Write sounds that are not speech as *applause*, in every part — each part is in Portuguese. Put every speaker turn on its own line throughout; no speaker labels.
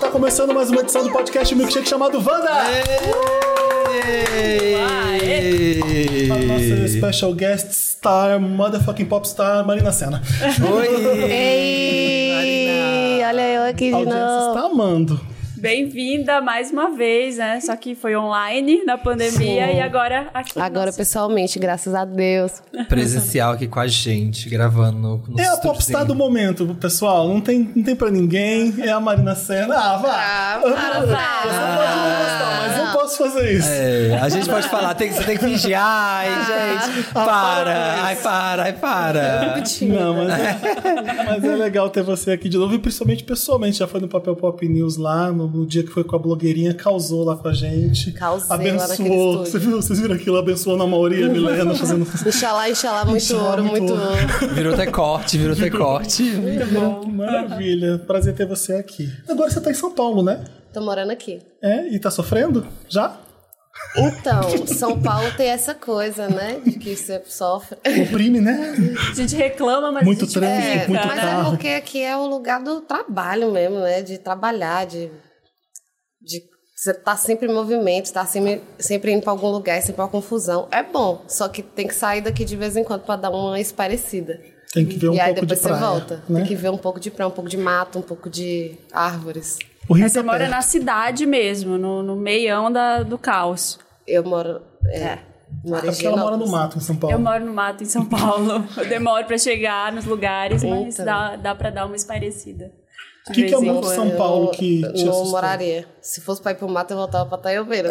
Tá começando mais uma edição do podcast Milkshake chamado Wanda! A nossa special guest star, motherfucking popstar, Marina Senna.
Ei! Olha eu aqui
A
de
audiência
novo.
está amando.
Bem-vinda mais uma vez, né? Só que foi online na pandemia
Sim.
e agora aqui.
né? Agora
Nossa,
pessoalmente, graças a Deus.
Presencial aqui com a gente, gravando no, no
É a
estúdiozinho.
popstar do momento, pessoal. Não tem, não tem pra ninguém. É a Marina Senna. Ah, vá! Você pode não gostar, mas não posso fazer isso.
É, a gente pode falar, tem, que- você tem que fingir. Ai,
Ah,
gente, para, ai, para, ai, para.
Não, mas
*laughs*
é, mas é legal ter você aqui de novo e principalmente pessoalmente. Já foi no Papel Pop News lá, no, no dia que foi com a blogueirinha, causou lá com a gente.
Causei lá naquele
Abençoou.
estúdio.
Você viu, vocês viram aquilo? Abençoou na Mauri e a Milena
*laughs*
fazendo. assim.
Inxalá, inxalá, muito
Inxalá,
ouro,
muito
muito
ouro.
ouro.
Virou até corte, virou até
*laughs*
corte.
Que Maravilha. Prazer ter você aqui. Agora você tá em São Paulo, né?
Tô morando aqui.
É? E tá sofrendo? Já?
Então, São Paulo tem essa coisa, né? De que você sofre.
Oprime, né?
a gente reclama, mas
Muito
a gente
trânsito,
fica,
É,
muito
mas
né?
carro.
é porque aqui é o lugar do trabalho mesmo, né? De trabalhar, de. de você tá sempre em movimento, tá sempre, sempre indo pra algum lugar, é sempre uma confusão. É bom, só que tem que sair daqui de vez em quando pra dar uma esparecida.
Tem que ver um
e aí
pouco
depois
de praia.
você volta.
né?
Tem que ver um pouco de praia, um pouco de mato, um pouco de árvores.
O Rio
Mas você
tá
mora
perto.
na cidade mesmo, no, no meião da, do caos.
Eu moro. É. Moro
É
em
porque ela mora no
Higienópolis.
mato em São Paulo.
Eu moro no mato em São Paulo. Eu demoro pra chegar nos lugares, mas
Eita.
dá, dá pra dar uma esparecida. de
O que,
vez
que é o
em
mundo
quando.
de São Paulo que
Eu
te
não
assustou? É.
moraria. Se fosse pra ir pro mato, eu voltava pra Taiobeira.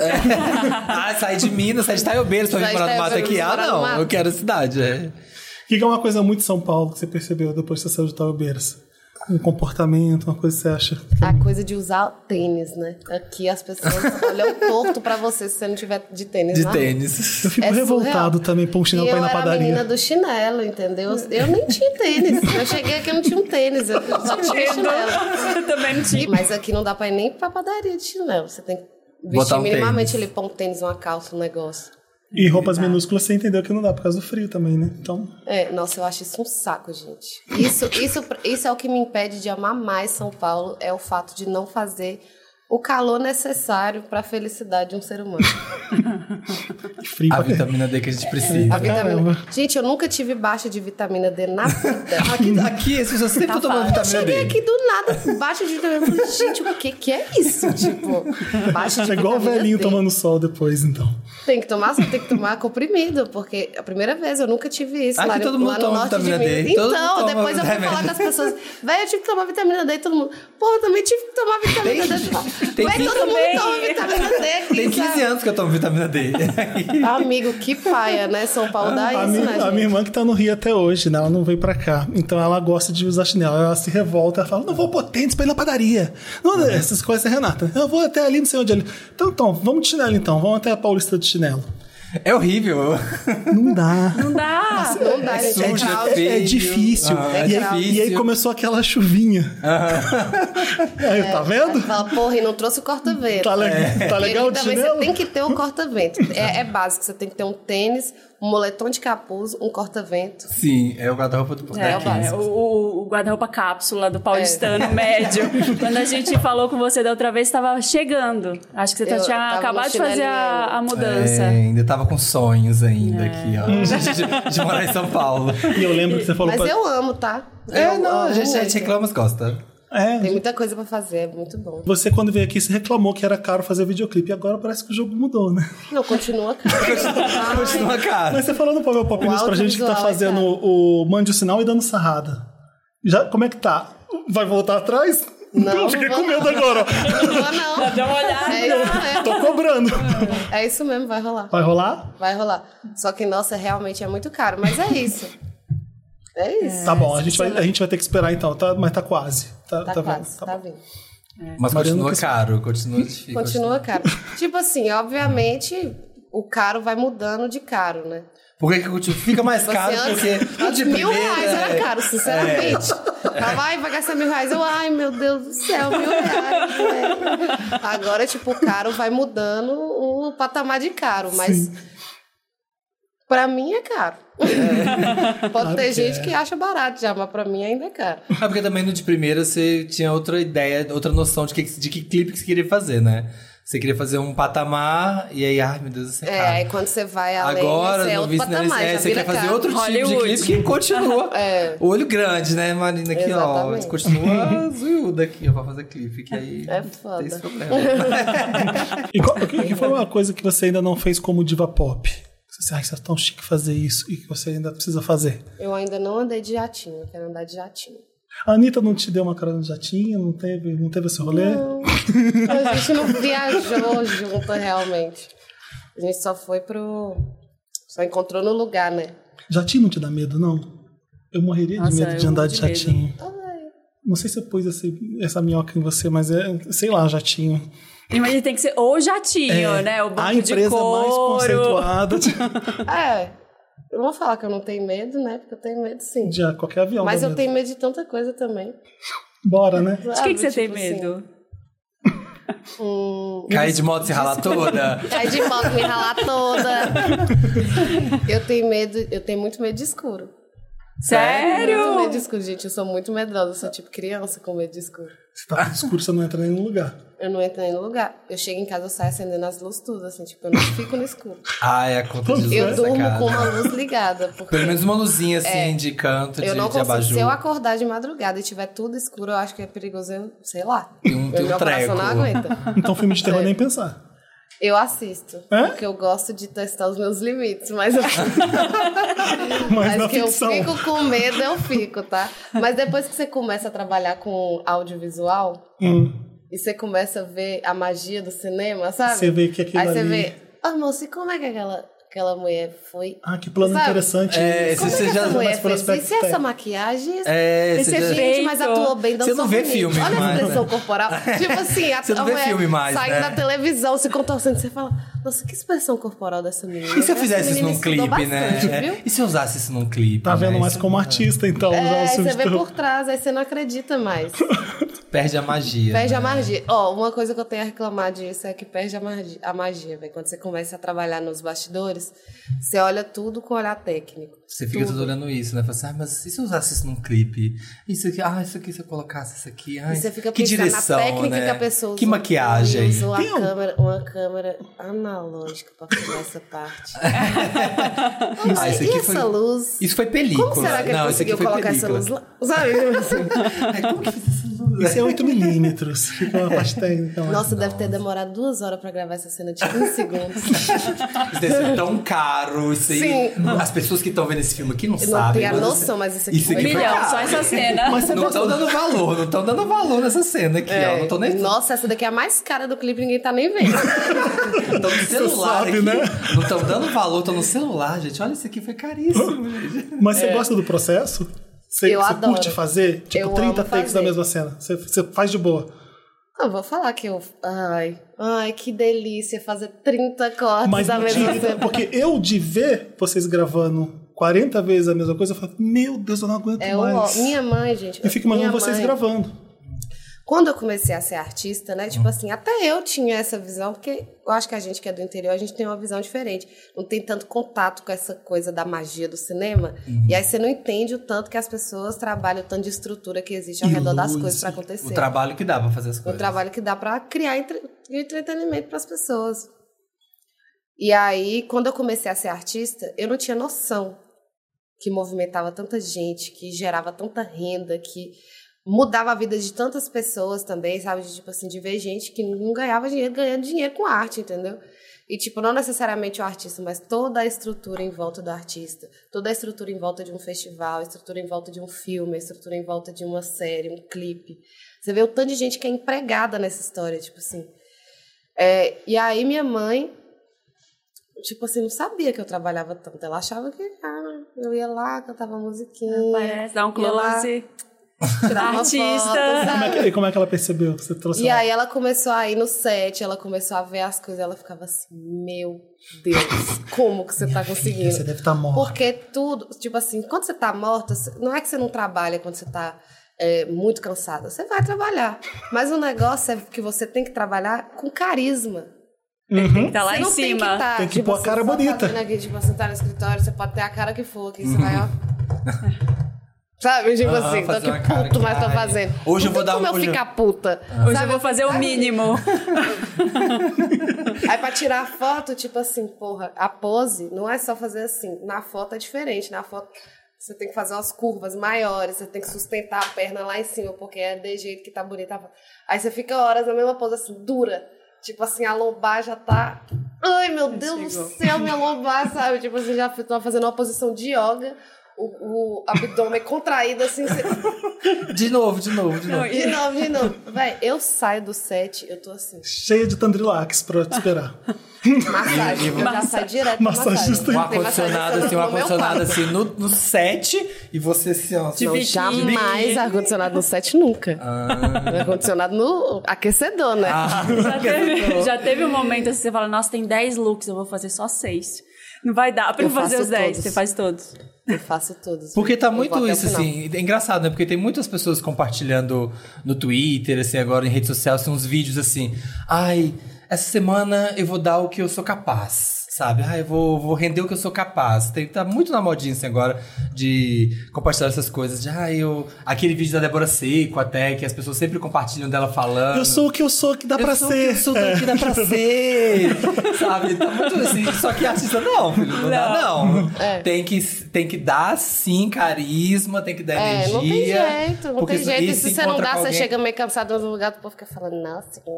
Ah, sai de Minas, sai de Taiobeiras pra
Sai
vir
de
morar no mato
Taiobeiras,
aqui. Ah,
morar no
não,
mato.
eu quero cidade, é.
O que que é uma coisa muito São Paulo que você percebeu depois que você saiu de Taubeiras? Um comportamento, uma coisa que você acha.
A coisa de usar tênis, né? Aqui as pessoas olham torto pra você se você não tiver de tênis.
De
na rua.
Eu
tênis.
fico
É
Tipo revoltado
surreal.
também pra um chinelo
E
pra ir
eu
na
era a
padaria.
menina do chinelo, entendeu? Eu nem tinha tênis. Eu cheguei aqui, eu não tinha um tênis. Eu só tinha chinelo.
Eu *laughs* também não
E-
tinha.
Mas aqui não dá pra ir nem pra padaria de chinelo. Você tem que vestir
Botar um
minimamente
tênis.
ali, pôr um tênis, uma calça, um negócio.
E roupas minúsculas você entendeu que não dá por causa do frio também, né? Então,
É, nossa, eu acho isso um saco, gente. Isso, isso, isso é o que me impede de amar mais São Paulo, é o fato de não fazer o calor necessário pra felicidade de um ser humano.
que frio
A
pra ter.
vitamina D que a gente precisa.
A vitamina...
Caramba.
Gente, eu nunca tive baixa de vitamina D na vida.
Aqui, aqui as pessoas sempre
Tá
estão tomando
fácil.
vitamina
Cheguei
D.
aqui do nada, baixa de vitamina D. Eu falei, Gente, o que, que é isso? Tipo, baixa de
É igual o
vitamina
velhinho
D.
tomando sol depois, então.
Tem que tomar, você tem que tomar comprimido, porque é a primeira vez eu nunca tive isso.
Aqui
lá, no-
Ah, todo mundo
lá no
toma
norte de
vitamina D,
Minas.
todo mundo
Então,
toma
depois eu fui
remédio.
falar com as pessoas, velho, eu tive que tomar vitamina D e todo mundo. Pô, eu também tive que tomar vitamina
Tem- *laughs*
D. *laughs*
tem
Mas
que-
todo mundo
também.
toma vitamina D aqui.
Tem 15
sabe?
anos que eu tomo vitamina D.
Amigo, que paia, né? São Paulo dá
a,
isso,
minha,
né?
a
gente?
minha irmã que tá no Rio até hoje, né? Ela não veio pra cá. Então ela gosta de usar chinelo. Ela se revolta, ela fala: não vou pôr tênis pra ir na padaria. Não, não, essas coisas é Renata. Eu vou até ali, não sei onde ali. Então, então, vamos de chinelo então, vamos até a Paulista de chinelo.
*laughs* É horrível.
Não
*laughs*
dá.
Não dá.
Não dá, gente.
sujo,
calma.
é feio.
É, é difícil.
Ah, é
e, aí,
difícil.
e aí começou aquela chuvinha. *laughs* aí, tá vendo?
Fala, porra, e não trouxe o corta-vento.
Tá, le-
É.
tá legal o
Querida, mas
chinelo?
Você tem que ter um corta-vento. É, é básico, você tem que ter um tênis, um moletom de capuz, um corta-vento.
Sim, é o guarda-roupa do
É,
daqui.
o, o- o guarda-roupa cápsula do
É. *laughs*
paulistano médio. Quando a gente falou com você da outra vez, estava chegando. Acho que você tá,
Eu tava
tinha
no
acabado de fazer a,
chinelinho.
a mudança.
É, ainda tava com sonhos ainda aqui, ó. De, de- de morar em São Paulo.
E eu lembro que você falou
Mas
pra...
eu amo, tá?
É,
Eu
não, a
amo
gente, a
muito.
gente reclama, mas gosta.
É,
Tem muita coisa pra fazer, é muito bom.
você quando veio aqui, você reclamou que era caro fazer videoclipe. E agora parece que o jogo mudou, né?
Não, continua, cara.
Continua, cara.
Mas você falou no Pavel Pop News pra gente que tá
audiovisual,
fazendo
cara.
o Mande o Sinal e dando sarrada. Já, como é que tá? Vai voltar atrás?
Não,
eu fiquei
não
com
vou
medo agora.
Continua, não.
Dá uma olhada.
É isso mesmo.
Tô
*laughs*
cobrando.
É isso mesmo, vai rolar.
Vai rolar?
Vai rolar. Só que, nossa, realmente é muito caro, mas é isso. É isso.
tá bom, a gente,
você
vai, a gente vai ter que esperar então, tá? mas tá quase. Tá,
Tá,
tá vendo?
quase,
Tá
tá
bom.
vindo.
Mas
Mariana
continua
quis-
caro, continua difícil.
Continua caro. tipo assim, obviamente, o caro vai mudando de caro, né?
Por que que continua? Fica mais
Você
caro?
antes-
Porque
*laughs* antes
de
mil
primeira...
reais era
é,
caro, sinceramente. Tava, ai, vai gastar mil reais. Eu, ai, meu Deus do céu, mil reais. né? Agora, tipo, o caro vai mudando o patamar de caro, mas Pra mim é caro.
É.
Pode ter gente que acha barato já, mas pra mim ainda é caro.
Ah, porque também no de primeira você tinha outra ideia, outra noção de que, de que clipe que você queria fazer, né? Você queria fazer um patamar e aí, ai meu Deus, isso é
É,
caro.
aí quando você vai além,
Agora,
você é
no
outro
Vice
patamar.
Nelly, é,
já
você
vira
quer fazer
caro.
outro tipo de
Hollywood.
clipe que continua.
*laughs* É.
Olho grande, né, Marina? Aqui,
Exatamente.
ó.
*laughs*
Continua zoiuda aqui, ó, pra fazer clipe. Que aí
É foda.
tem esse
*laughs*
problema.
E qual, o que, que foi uma coisa que você ainda não fez como diva pop? Você acha que é tão chique fazer isso e que você ainda precisa fazer.
Eu ainda não andei de jatinho, eu quero andar de jatinho.
A Anitta não te deu uma carona de jatinho? Não teve, não teve esse rolê?
A gente não viajou junto realmente. A gente só foi pro. Só encontrou no lugar, né?
Jatinho não te dá medo, não? Eu morreria de
Nossa,
medo de
eu
andar
morro
de,
de medo.
jatinho.
Ai,
Não sei se eu pus esse- essa minhoca em você, mas é, sei lá, jatinho.
Imagina, tem que ser ou jatinho,
É,
né? O banco
a
de
empresa mais
couro.
conceituada de,
É. Eu não vou falar que eu não tenho medo, né? Porque eu tenho medo sim.
de é qualquer avião.
Mas
dá
eu
medo.
tenho medo de tanta coisa também.
Bora, né?
De que,
sabe?
que você tem
Tipo assim,
medo?
hum,
Cair de moto e se ralar toda.
Cai assim, é de moto, me ralar toda. Eu tenho medo, eu tenho muito medo de escuro.
Sério?
Muito medo de escuro, gente. Eu sou muito medrosa, eu sou tipo criança com medo de escuro.
Você tá no escuro, você não entra nem no lugar.
Eu não entro nem no lugar. Eu chego em casa, eu saio acendendo as luzes tudo, assim, tipo, eu não fico no escuro.
Ai, a conta de
Eu
luz
durmo
essa
com
casa.
uma
*laughs*
luz ligada, porque
Pelo menos uma luzinha assim de canto, de,
eu não
de
consigo. Se
abajur.
eu acordar de madrugada e tiver tudo escuro, eu acho que é perigoso eu, sei lá.
Tem um-
Meu-
tem um
meu coração não
treco.
*laughs*
aguenta.
Então, filme de terror nem pensar.
Eu assisto,
É?
porque eu gosto de testar os meus limites, mas eu...
*laughs* Mas na
que eu
ficção.
fico com medo, eu fico, tá? Mas depois que você começa a trabalhar com audiovisual
Hum.
e você começa a ver a magia do cinema, sabe?
Você vê que aquilo
Aí você
ali-
vê, ah, moça, e como é que aquela, aquela mulher foi?
Ah, que plano
Sabe?
interessante.
É,
Isso.
Como
você
é que
já-
essa mulher
mas por
fez
aspecto
isso? E essa
técnico.
maquiagem?
É,
esse
você já-
efeito, mas
Feito.
atuou bem,
Você
dançou
não vê
bonito.
filme
Olha
mais,
a
né? *laughs*
expressão corporal. Tipo assim, a,
Você não
a
vê
mulher
filme mais,
saindo
né?
da televisão, se contorcendo, você fala, nossa, que expressão corporal dessa menina.
E se eu
Essa
fizesse isso
menina
num
estudou
clipe,
bastante,
né?
viu?
E se eu usasse isso num clipe?
Tá vendo
né?
mais
Isso
como
não-
artista, então,
É,
usar
aí
os filmes
você
de
vê
terror.
por trás, aí você não acredita mais.
*laughs* Perde a magia.
Perde
né?
a magia. Ó, uma coisa que eu tenho a reclamar disso é que perde a magia, a magia, velho. Quando você começa a trabalhar nos bastidores, você olha tudo com olhar técnico.
Você fica
Tudo.
todo olhando isso, né? Fala assim, ah, mas e se eu usasse isso num clipe? Isso aqui, ah, isso aqui, se eu colocasse isso aqui, ah,
E você fica
que
pensando
direção,
na técnica
né?
que a pessoa
Que
usou.
maquiagem.
E Usou uma
Tem um-
câmera, uma câmera analógica pra filmar essa
*laughs*
parte. Ah,
isso
e
aqui
essa
foi-
luz?
Isso foi película.
Como será que ele
Não, isso aqui
conseguiu
foi
colocar
película.
essa luz lá?
*laughs*
Sabe? Assim.
Ai, como que fez essa luz?
Isso é 8
*laughs*
milímetros. Fica uma parte então, né? técnica. lá.
Nossa, deve ter demorado duas horas pra gravar essa cena de
*laughs*
15 segundos.
Isso deve ser tão caro. Isso aí.
Sim.
As pessoas que estão vendo esse filme aqui não
Eu não
sabem.
tenho a
mas-
noção, mas isso aqui
Isso
foi
aqui foi
Milhão,
caro.
só essa cena.
Mas você
Não
gostou?
estão dando valor, não estão dando valor nessa cena aqui, ó. Não estão nem.
É, Nossa, essa daqui é a mais cara do clipe, ninguém tá nem
*laughs*
vendo.
Estão no celular
sabe,
aqui.
né?
Não estão dando valor, estão no celular, gente. Olha, isso aqui foi caríssimo, gente.
Mas você gosta do processo? Você,
é. Eu
você
adoro.
curte fazer? Tipo,
Eu
30
amo
takes da
fazer.
mesma cena. Você, você faz de boa.
Eu vou falar que eu. Ai, ai, que delícia fazer 30 cortes
Mas
da
não
mesma
de-
cena.
Porque eu de ver vocês gravando 40 vezes a mesma coisa, eu falo, meu Deus, eu não aguento
É o,
mais.
minha mãe, gente.
Eu fico imaginando
minha
vocês
mãe,
gravando.
Quando eu comecei a ser artista, né? Tipo assim, até eu tinha essa visão, porque eu acho que a gente que é do interior, a gente tem uma visão diferente. Não tem tanto contato com essa coisa da magia do cinema. E aí você não entende o tanto que as pessoas trabalham, o tanto de estrutura que existe ao
E
redor das
luz,
coisas pra
o
acontecer.
O trabalho que dá pra fazer as
o
coisas.
trabalho que dá pra criar entre- entretenimento pras pessoas. E aí, quando eu comecei a ser artista, eu não tinha noção que movimentava tanta gente, que gerava tanta renda, que mudava a vida de tantas pessoas também, sabe? De, tipo assim, de ver gente que não ganhava dinheiro ganhando dinheiro com arte, entendeu? E, tipo, não necessariamente o artista, mas toda a estrutura em volta do artista, toda a estrutura em volta de um festival, a estrutura em volta de um filme, a estrutura em volta de uma série, um clipe. Você vê o tanto de gente que é empregada nessa história, tipo assim. É, e aí minha mãe, tipo assim, não sabia que eu trabalhava tanto. Ela achava que ah, eu ia lá, cantava musiquinha.
Parece, dá um
ia lá,
close.
tirava uma
Artista.
foto,
Como
sabe?
é que, e como é que ela percebeu? Você trouxe
E
ela?
aí ela começou a ir no set, ela começou a ver as coisas, ela ficava assim, meu Deus, como que você tá
Filha,
conseguindo?
Você deve estar morta.
Porque tudo, tipo assim, quando você tá morta, você- não é que você não trabalha quando você tá é, muito cansada. Você vai trabalhar. Mas o negócio é que você tem que trabalhar com carisma.
Ele tem que
Hum?
estar lá
você
em
não Tem que,
cima.
tá,
Tem que
tipo,
pôr a
você
cara
só
bonita.
fazendo Aqui, tipo, você tá no escritório, você pode ter a cara que for, que você vai, ó. Sabe, tipo
Aham,
assim, tô
fazer
aqui
uma cara
puto,
que,
mas tô
ai.
fazendo.
Hoje eu
Não
vou
tem
dar um-
como eu
hoje eu-
ficar puta.
Hoje
Sabe,
eu vou fazer o
sabe?
mínimo.
Aí pra tirar a foto, tipo assim, porra, a pose não é só fazer assim. Na foto é diferente. Na foto você tem que fazer umas curvas maiores, você tem que sustentar a perna lá em cima, porque é de jeito que tá bonita. a foto. Aí você fica horas na mesma pose, assim, dura. Tipo assim, a lombar já tá. Ai, meu Deus
chegou.
do céu, minha lombar, sabe? Tipo assim, já tava fazendo uma posição de yoga, o, o abdômen contraído, assim. Você...
De novo, de novo, de novo.
De novo, de novo. Véi, eu saio do set, eu tô assim,
Cheia de Tandrilax pra te
*laughs*
esperar.
massagem. Eu já saio direto.
Massagista.
pra massagem.
Um
Tem massagista
ar-condicionado,
no-
assim, um
no meu
ar-condicionado,
quarto.
assim, no, no set, e você, assim, ó...
De
não-
biquíni.
Jamais ar-condicionado no set nunca. Um Ar-condicionado no aquecedor, né?
Ah,
Já teve, já teve um momento assim, que você fala, nossa, tem 10 looks, eu vou fazer só 6. Não vai dar pra
Eu
eu fazer
faço
os 10,
todos.
você faz todos.
Eu faço
*laughs*
todos.
Porque tá
Eu vou
muito
até o
isso,
final.
assim. É engraçado, né? Porque tem muitas pessoas compartilhando no Twitter, assim, agora em rede social, assim, uns vídeos assim. Ai, essa semana eu vou dar o que eu sou capaz, sabe? Ai, eu vou, vou render o que eu sou capaz. Tem, tá muito na modinha, assim, agora de compartilhar essas coisas. De, ai, eu. Aquele vídeo da Débora Seco, até, que as pessoas sempre compartilham dela falando.
Eu sou o que eu sou, que dá pra
eu sou o
ser.
que eu sou
é.
daqui, dá
*laughs*
pra ser. Sabe? Tá muito assim. Só que artista, não, filho. Não, dá, não.
É.
Tem, que, tem que dar, sim, carisma, tem que dar
É,
energia.
não tem jeito, não
porque
tem jeito. E
isso
se você não
encontra
dá,
com
você
alguém-
chega meio cansado no lugar, o povo fica falando, nossa, que-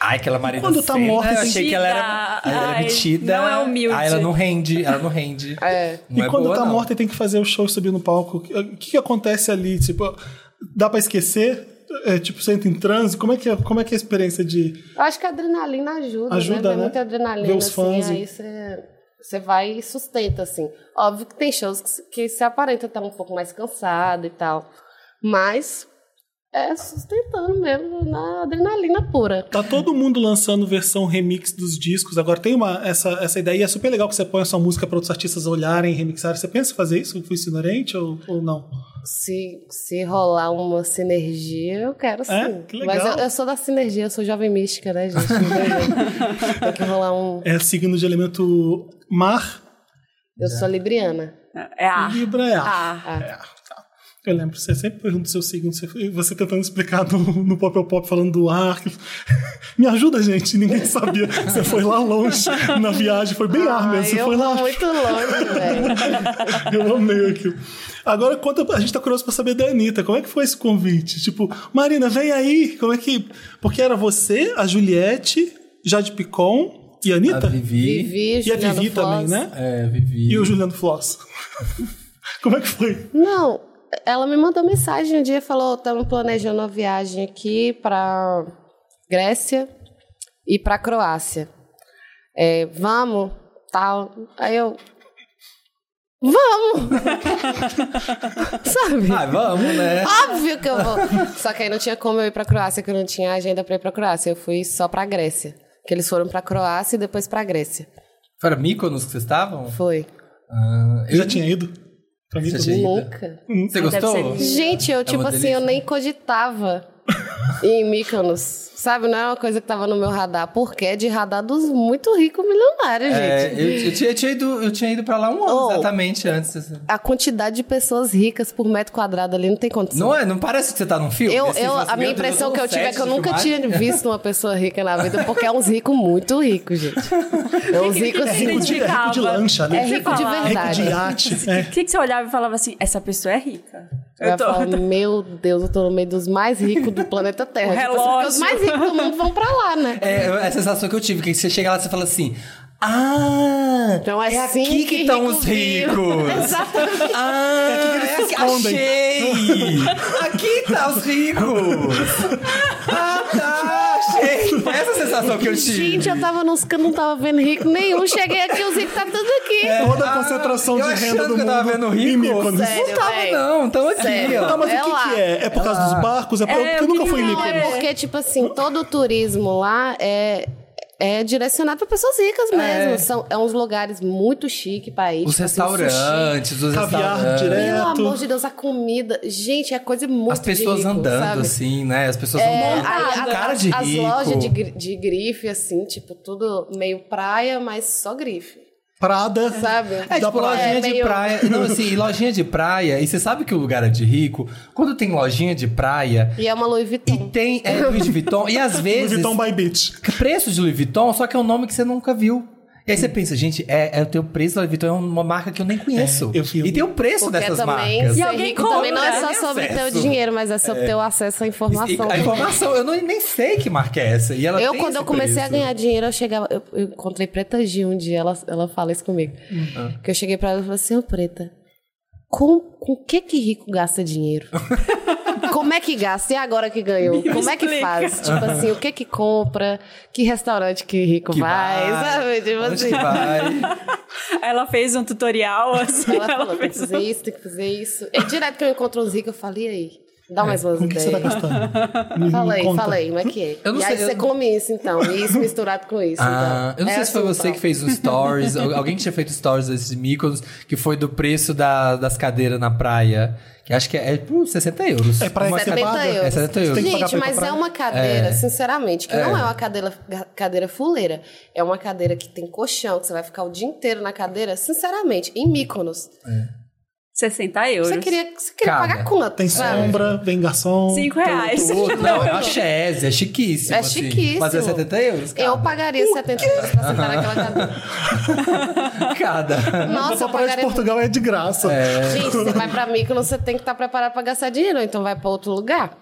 Ai, aquela Marina
Quando tá
Senna,
morta,
eu
assim,
achei que ela era,
Ai,
ela era metida.
não é humilde.
Ai, ela não rende, ela não rende.
É.
E
Não é
quando
boa,
tá
não.
morta e tem que fazer o show e subir no palco, o que, que acontece ali? Tipo, dá pra esquecer? É, tipo, você entra em transe? Como é que é, como é, que é a experiência de.
Eu acho que a adrenalina ajuda,
Ajuda,
né?
né?
Tem muita adrenalina,
Ver os
assim,
fãs e-
aí você, você vai e sustenta, assim. Óbvio que tem shows que, se- que se aparenta estar um pouco mais cansado e tal, mas é sustentando mesmo na adrenalina pura.
Tá todo mundo lançando versão remix dos discos. Agora tem uma, essa, essa ideia e é super legal que você põe a sua música pra outros artistas olharem, remixarem. Você pensa em fazer isso? Fui Sinorente ou, ou não?
Se, se rolar uma sinergia, eu quero sim.
É? que legal.
Mas eu, eu sou da sinergia, eu sou jovem mística, né, gente? Não
*laughs*
tem jeito. Tem que rolar um.
É signo de elemento mar,
Eu sou libriana.
É a.
Uhum.
Libra é ar.
Ah,
Ah,
É, tá. Eu lembro, você sempre um pergunta o seu signo, você, você tentando explicar no, no Pop ao Pop, falando do ar. que- *laughs* Me ajuda, gente, ninguém sabia. Você foi lá longe na viagem, foi bem ar mesmo. Você
Ah, eu
foi lá.
vou muito longe, velho.
*laughs* Eu amei aquilo. Agora, conta, a gente tá curioso pra saber da Anitta, como é que foi esse convite? Tipo, Marina, vem aí, como é que. Porque era você, a Juliette, Jade Picon e
A
a Anitta?
Vivi.
Vivi,
e a
Juliana
Vivi
Foz.
também, né?
É, Vivi.
E o Juliano Floss. *laughs* como é que foi?
Não, ela me mandou mensagem um dia e falou: estamos planejando uma viagem aqui para Grécia e para Croácia. É, vamos, tal. Aí eu. Vamos! *laughs* Sabe?
Ah, vamos, né?
Óbvio que eu vou. Só que aí não tinha como eu ir pra Croácia, que eu não tinha agenda pra ir pra Croácia. Eu fui só pra Grécia. Que eles foram pra Croácia e depois pra Grécia.
Para Mykonos que vocês estavam?
Foi.
Ah,
Eu já tinha ido. Pra mim,
Você
tudo.
tinha ido?
Nunca.
Você gostou?
Deve ser-
Gente, eu,
É
tipo
uma
assim,
delícia.
eu nem cogitava em Mykonos. Sabe, não é uma coisa que tava no meu radar. Porque é de radar dos muito ricos milionários,
É,
gente.
eu, eu tinha, eu tinha ido, eu tinha ido pra lá um ano
Oh.
exatamente antes. assim.
A quantidade de pessoas ricas por metro quadrado ali não tem condição.
Não é? Não parece que você tá num filme?
Eu,
Assim,
eu,
você fala
a
assim,
minha
meu Deus,
impressão
tô
que eu
num
tive é
set
que eu
de
nunca
filmagem.
tinha visto uma pessoa rica na vida, porque é uns ricos muito ricos, gente. É uns
que-
ricos
que-
Rico
assim.
de, rico de
Identificava.
lancha, né?
É rico de
Rico
verdade.
de iate.
O
É.
que, que você olhava e falava assim, essa pessoa é rica?
Eu ia falar, meu Deus, eu tô no meio dos mais ricos do planeta Terra.
O
Tipo assim,
relógio.
porque os mais ricos do mundo vão pra lá, né?
É, é a sensação que eu tive, que você chega lá e você fala assim. Ah!
Então é assim
aqui que
que
estão
rico
os
vive."
ricos!
*laughs* Exatamente.
Ah!
É
É
aqui
aqui,
que eles se
achei! aqui tá os ricos! Ah, tá! Achei! Essa é a sensação que eu tive.
Gente, eu tava nos cantos, não tava vendo rico nenhum. Cheguei aqui, os ricos tá tudo aqui.
Toda a
Ah,
concentração
eu
de
achando
renda do
que eu
mundo
tava vendo rico.
em Mykonos.
Sério,
não tava,
véi.
não. Então aqui,
Sério.
ó.
Tá, mas
É
o que,
lá.
que é? É por
Ah.
causa dos barcos? É, por...
É,
porque
eu
nunca
queria
foi em
falar,
Mykonos.
É porque, tipo assim, todo o turismo lá é, é direcionado para pessoas ricas mesmo.
É.
São é uns lugares muito chique para ir.
Os
tipo assim, um sushi.
restaurantes, os
Caviar
restaurantes.
direto.
Pelo amor de Deus, a comida. Gente, é coisa muito
As pessoas
de rico,
andando,
sabe?
assim, né? As pessoas
É,
andando.
aí, a-
cara de
as
rico.
lojas de, gri- de grife, assim, tipo, tudo meio praia, mas só grife.
Prada.
Sabe?
É,
Da
tipo,
praia.
lojinha
É,
de
meio-
praia. Não, assim,
*laughs*
e lojinha de praia, e você sabe que o lugar é de rico, quando tem lojinha de praia,
E é uma Louis
e
Vuitton.
tem é, Louis Vuitton,
*laughs*
e às
Louis
vezes...
Vuitton by Beach.
que preço de Louis Vuitton, só que é um nome que você nunca viu. E aí você pensa, gente, é, é o teu preço, Louis Vuitton é uma marca que eu nem conheço.
É, eu vi.
e tem o preço
um- Porque
dessas
também
marcas.
ser
E alguém
rico
compra,
também não é só
né?
sobre ter o
Acesso.
dinheiro, mas é sobre ter o acesso à
E-
informação.
A informação, eu não- nem sei que marca é essa. E ela
Eu,
tem
quando
esse
eu comecei a
preço.
ganhar dinheiro, eu chegava. Eu, eu encontrei Preta Gil um dia, ela, ela fala isso comigo.
Uhum.
Que eu cheguei pra ela e falei assim: Ô Preta, com o que que rico
*laughs*
gasta dinheiro? Como é que gasta? E agora que ganhou?
Me
Como é que
explica.
faz? Tipo assim, o que que compra? Que restaurante que rico
Que
tipo, vai?
vai,
Sabe? Tipo
onde
assim.
que
*laughs*
vai?
Ela fez um tutorial, assim.
Ela
Ela,
falou: tem que
fez...
fazer isso, tem que fazer isso. É direto que eu encontro uns ricos, eu falo: e aí?
É,
Dá mais umas
Com o que
ideias.
você tá
*laughs*
gastando? Me- me
Fala aí,
conta.
fala aí, como é que é?
Eu não
e aí
sei, eu-
você come isso então, e isso misturado com isso.
Ah,
então.
eu não
É
sei se foi
assim,
você
então.
que fez um stories, ou alguém que tinha feito stories desses micros, que foi do preço da- das cadeiras na praia. Que acho que é, é por 60 euros.
É praia
Uma
que você
70
paga?
euros.
É 70 euros.
Tem que pagar pra
Gente,
ir pra
mas
praia?
é uma cadeira, sinceramente, que não é uma cadeira, cadeira fuleira. É uma cadeira que tem colchão, que você vai ficar o dia inteiro na cadeira, sinceramente, em Míconos.
60 euros.
Você queria, você queria
Cara,
pagar quanto?
Tem
sabe?
sombra, tem garçom.
5 reais.
*laughs*
*laughs*
Tudo. Não, é uma chese, é chiquíssimo.
É
assim.
chiquíssimo.
Mas é 70 euros? Cada.
Eu pagaria 70 euros pra sentar
*laughs*
naquela cadeira.
Cada.
Nossa,
Essa praia de
eu pagaria.
Portugal é de graça.
Gente, você vai pra Míconos, você tem que estar preparado pra gastar dinheiro, ou então vai pra outro lugar.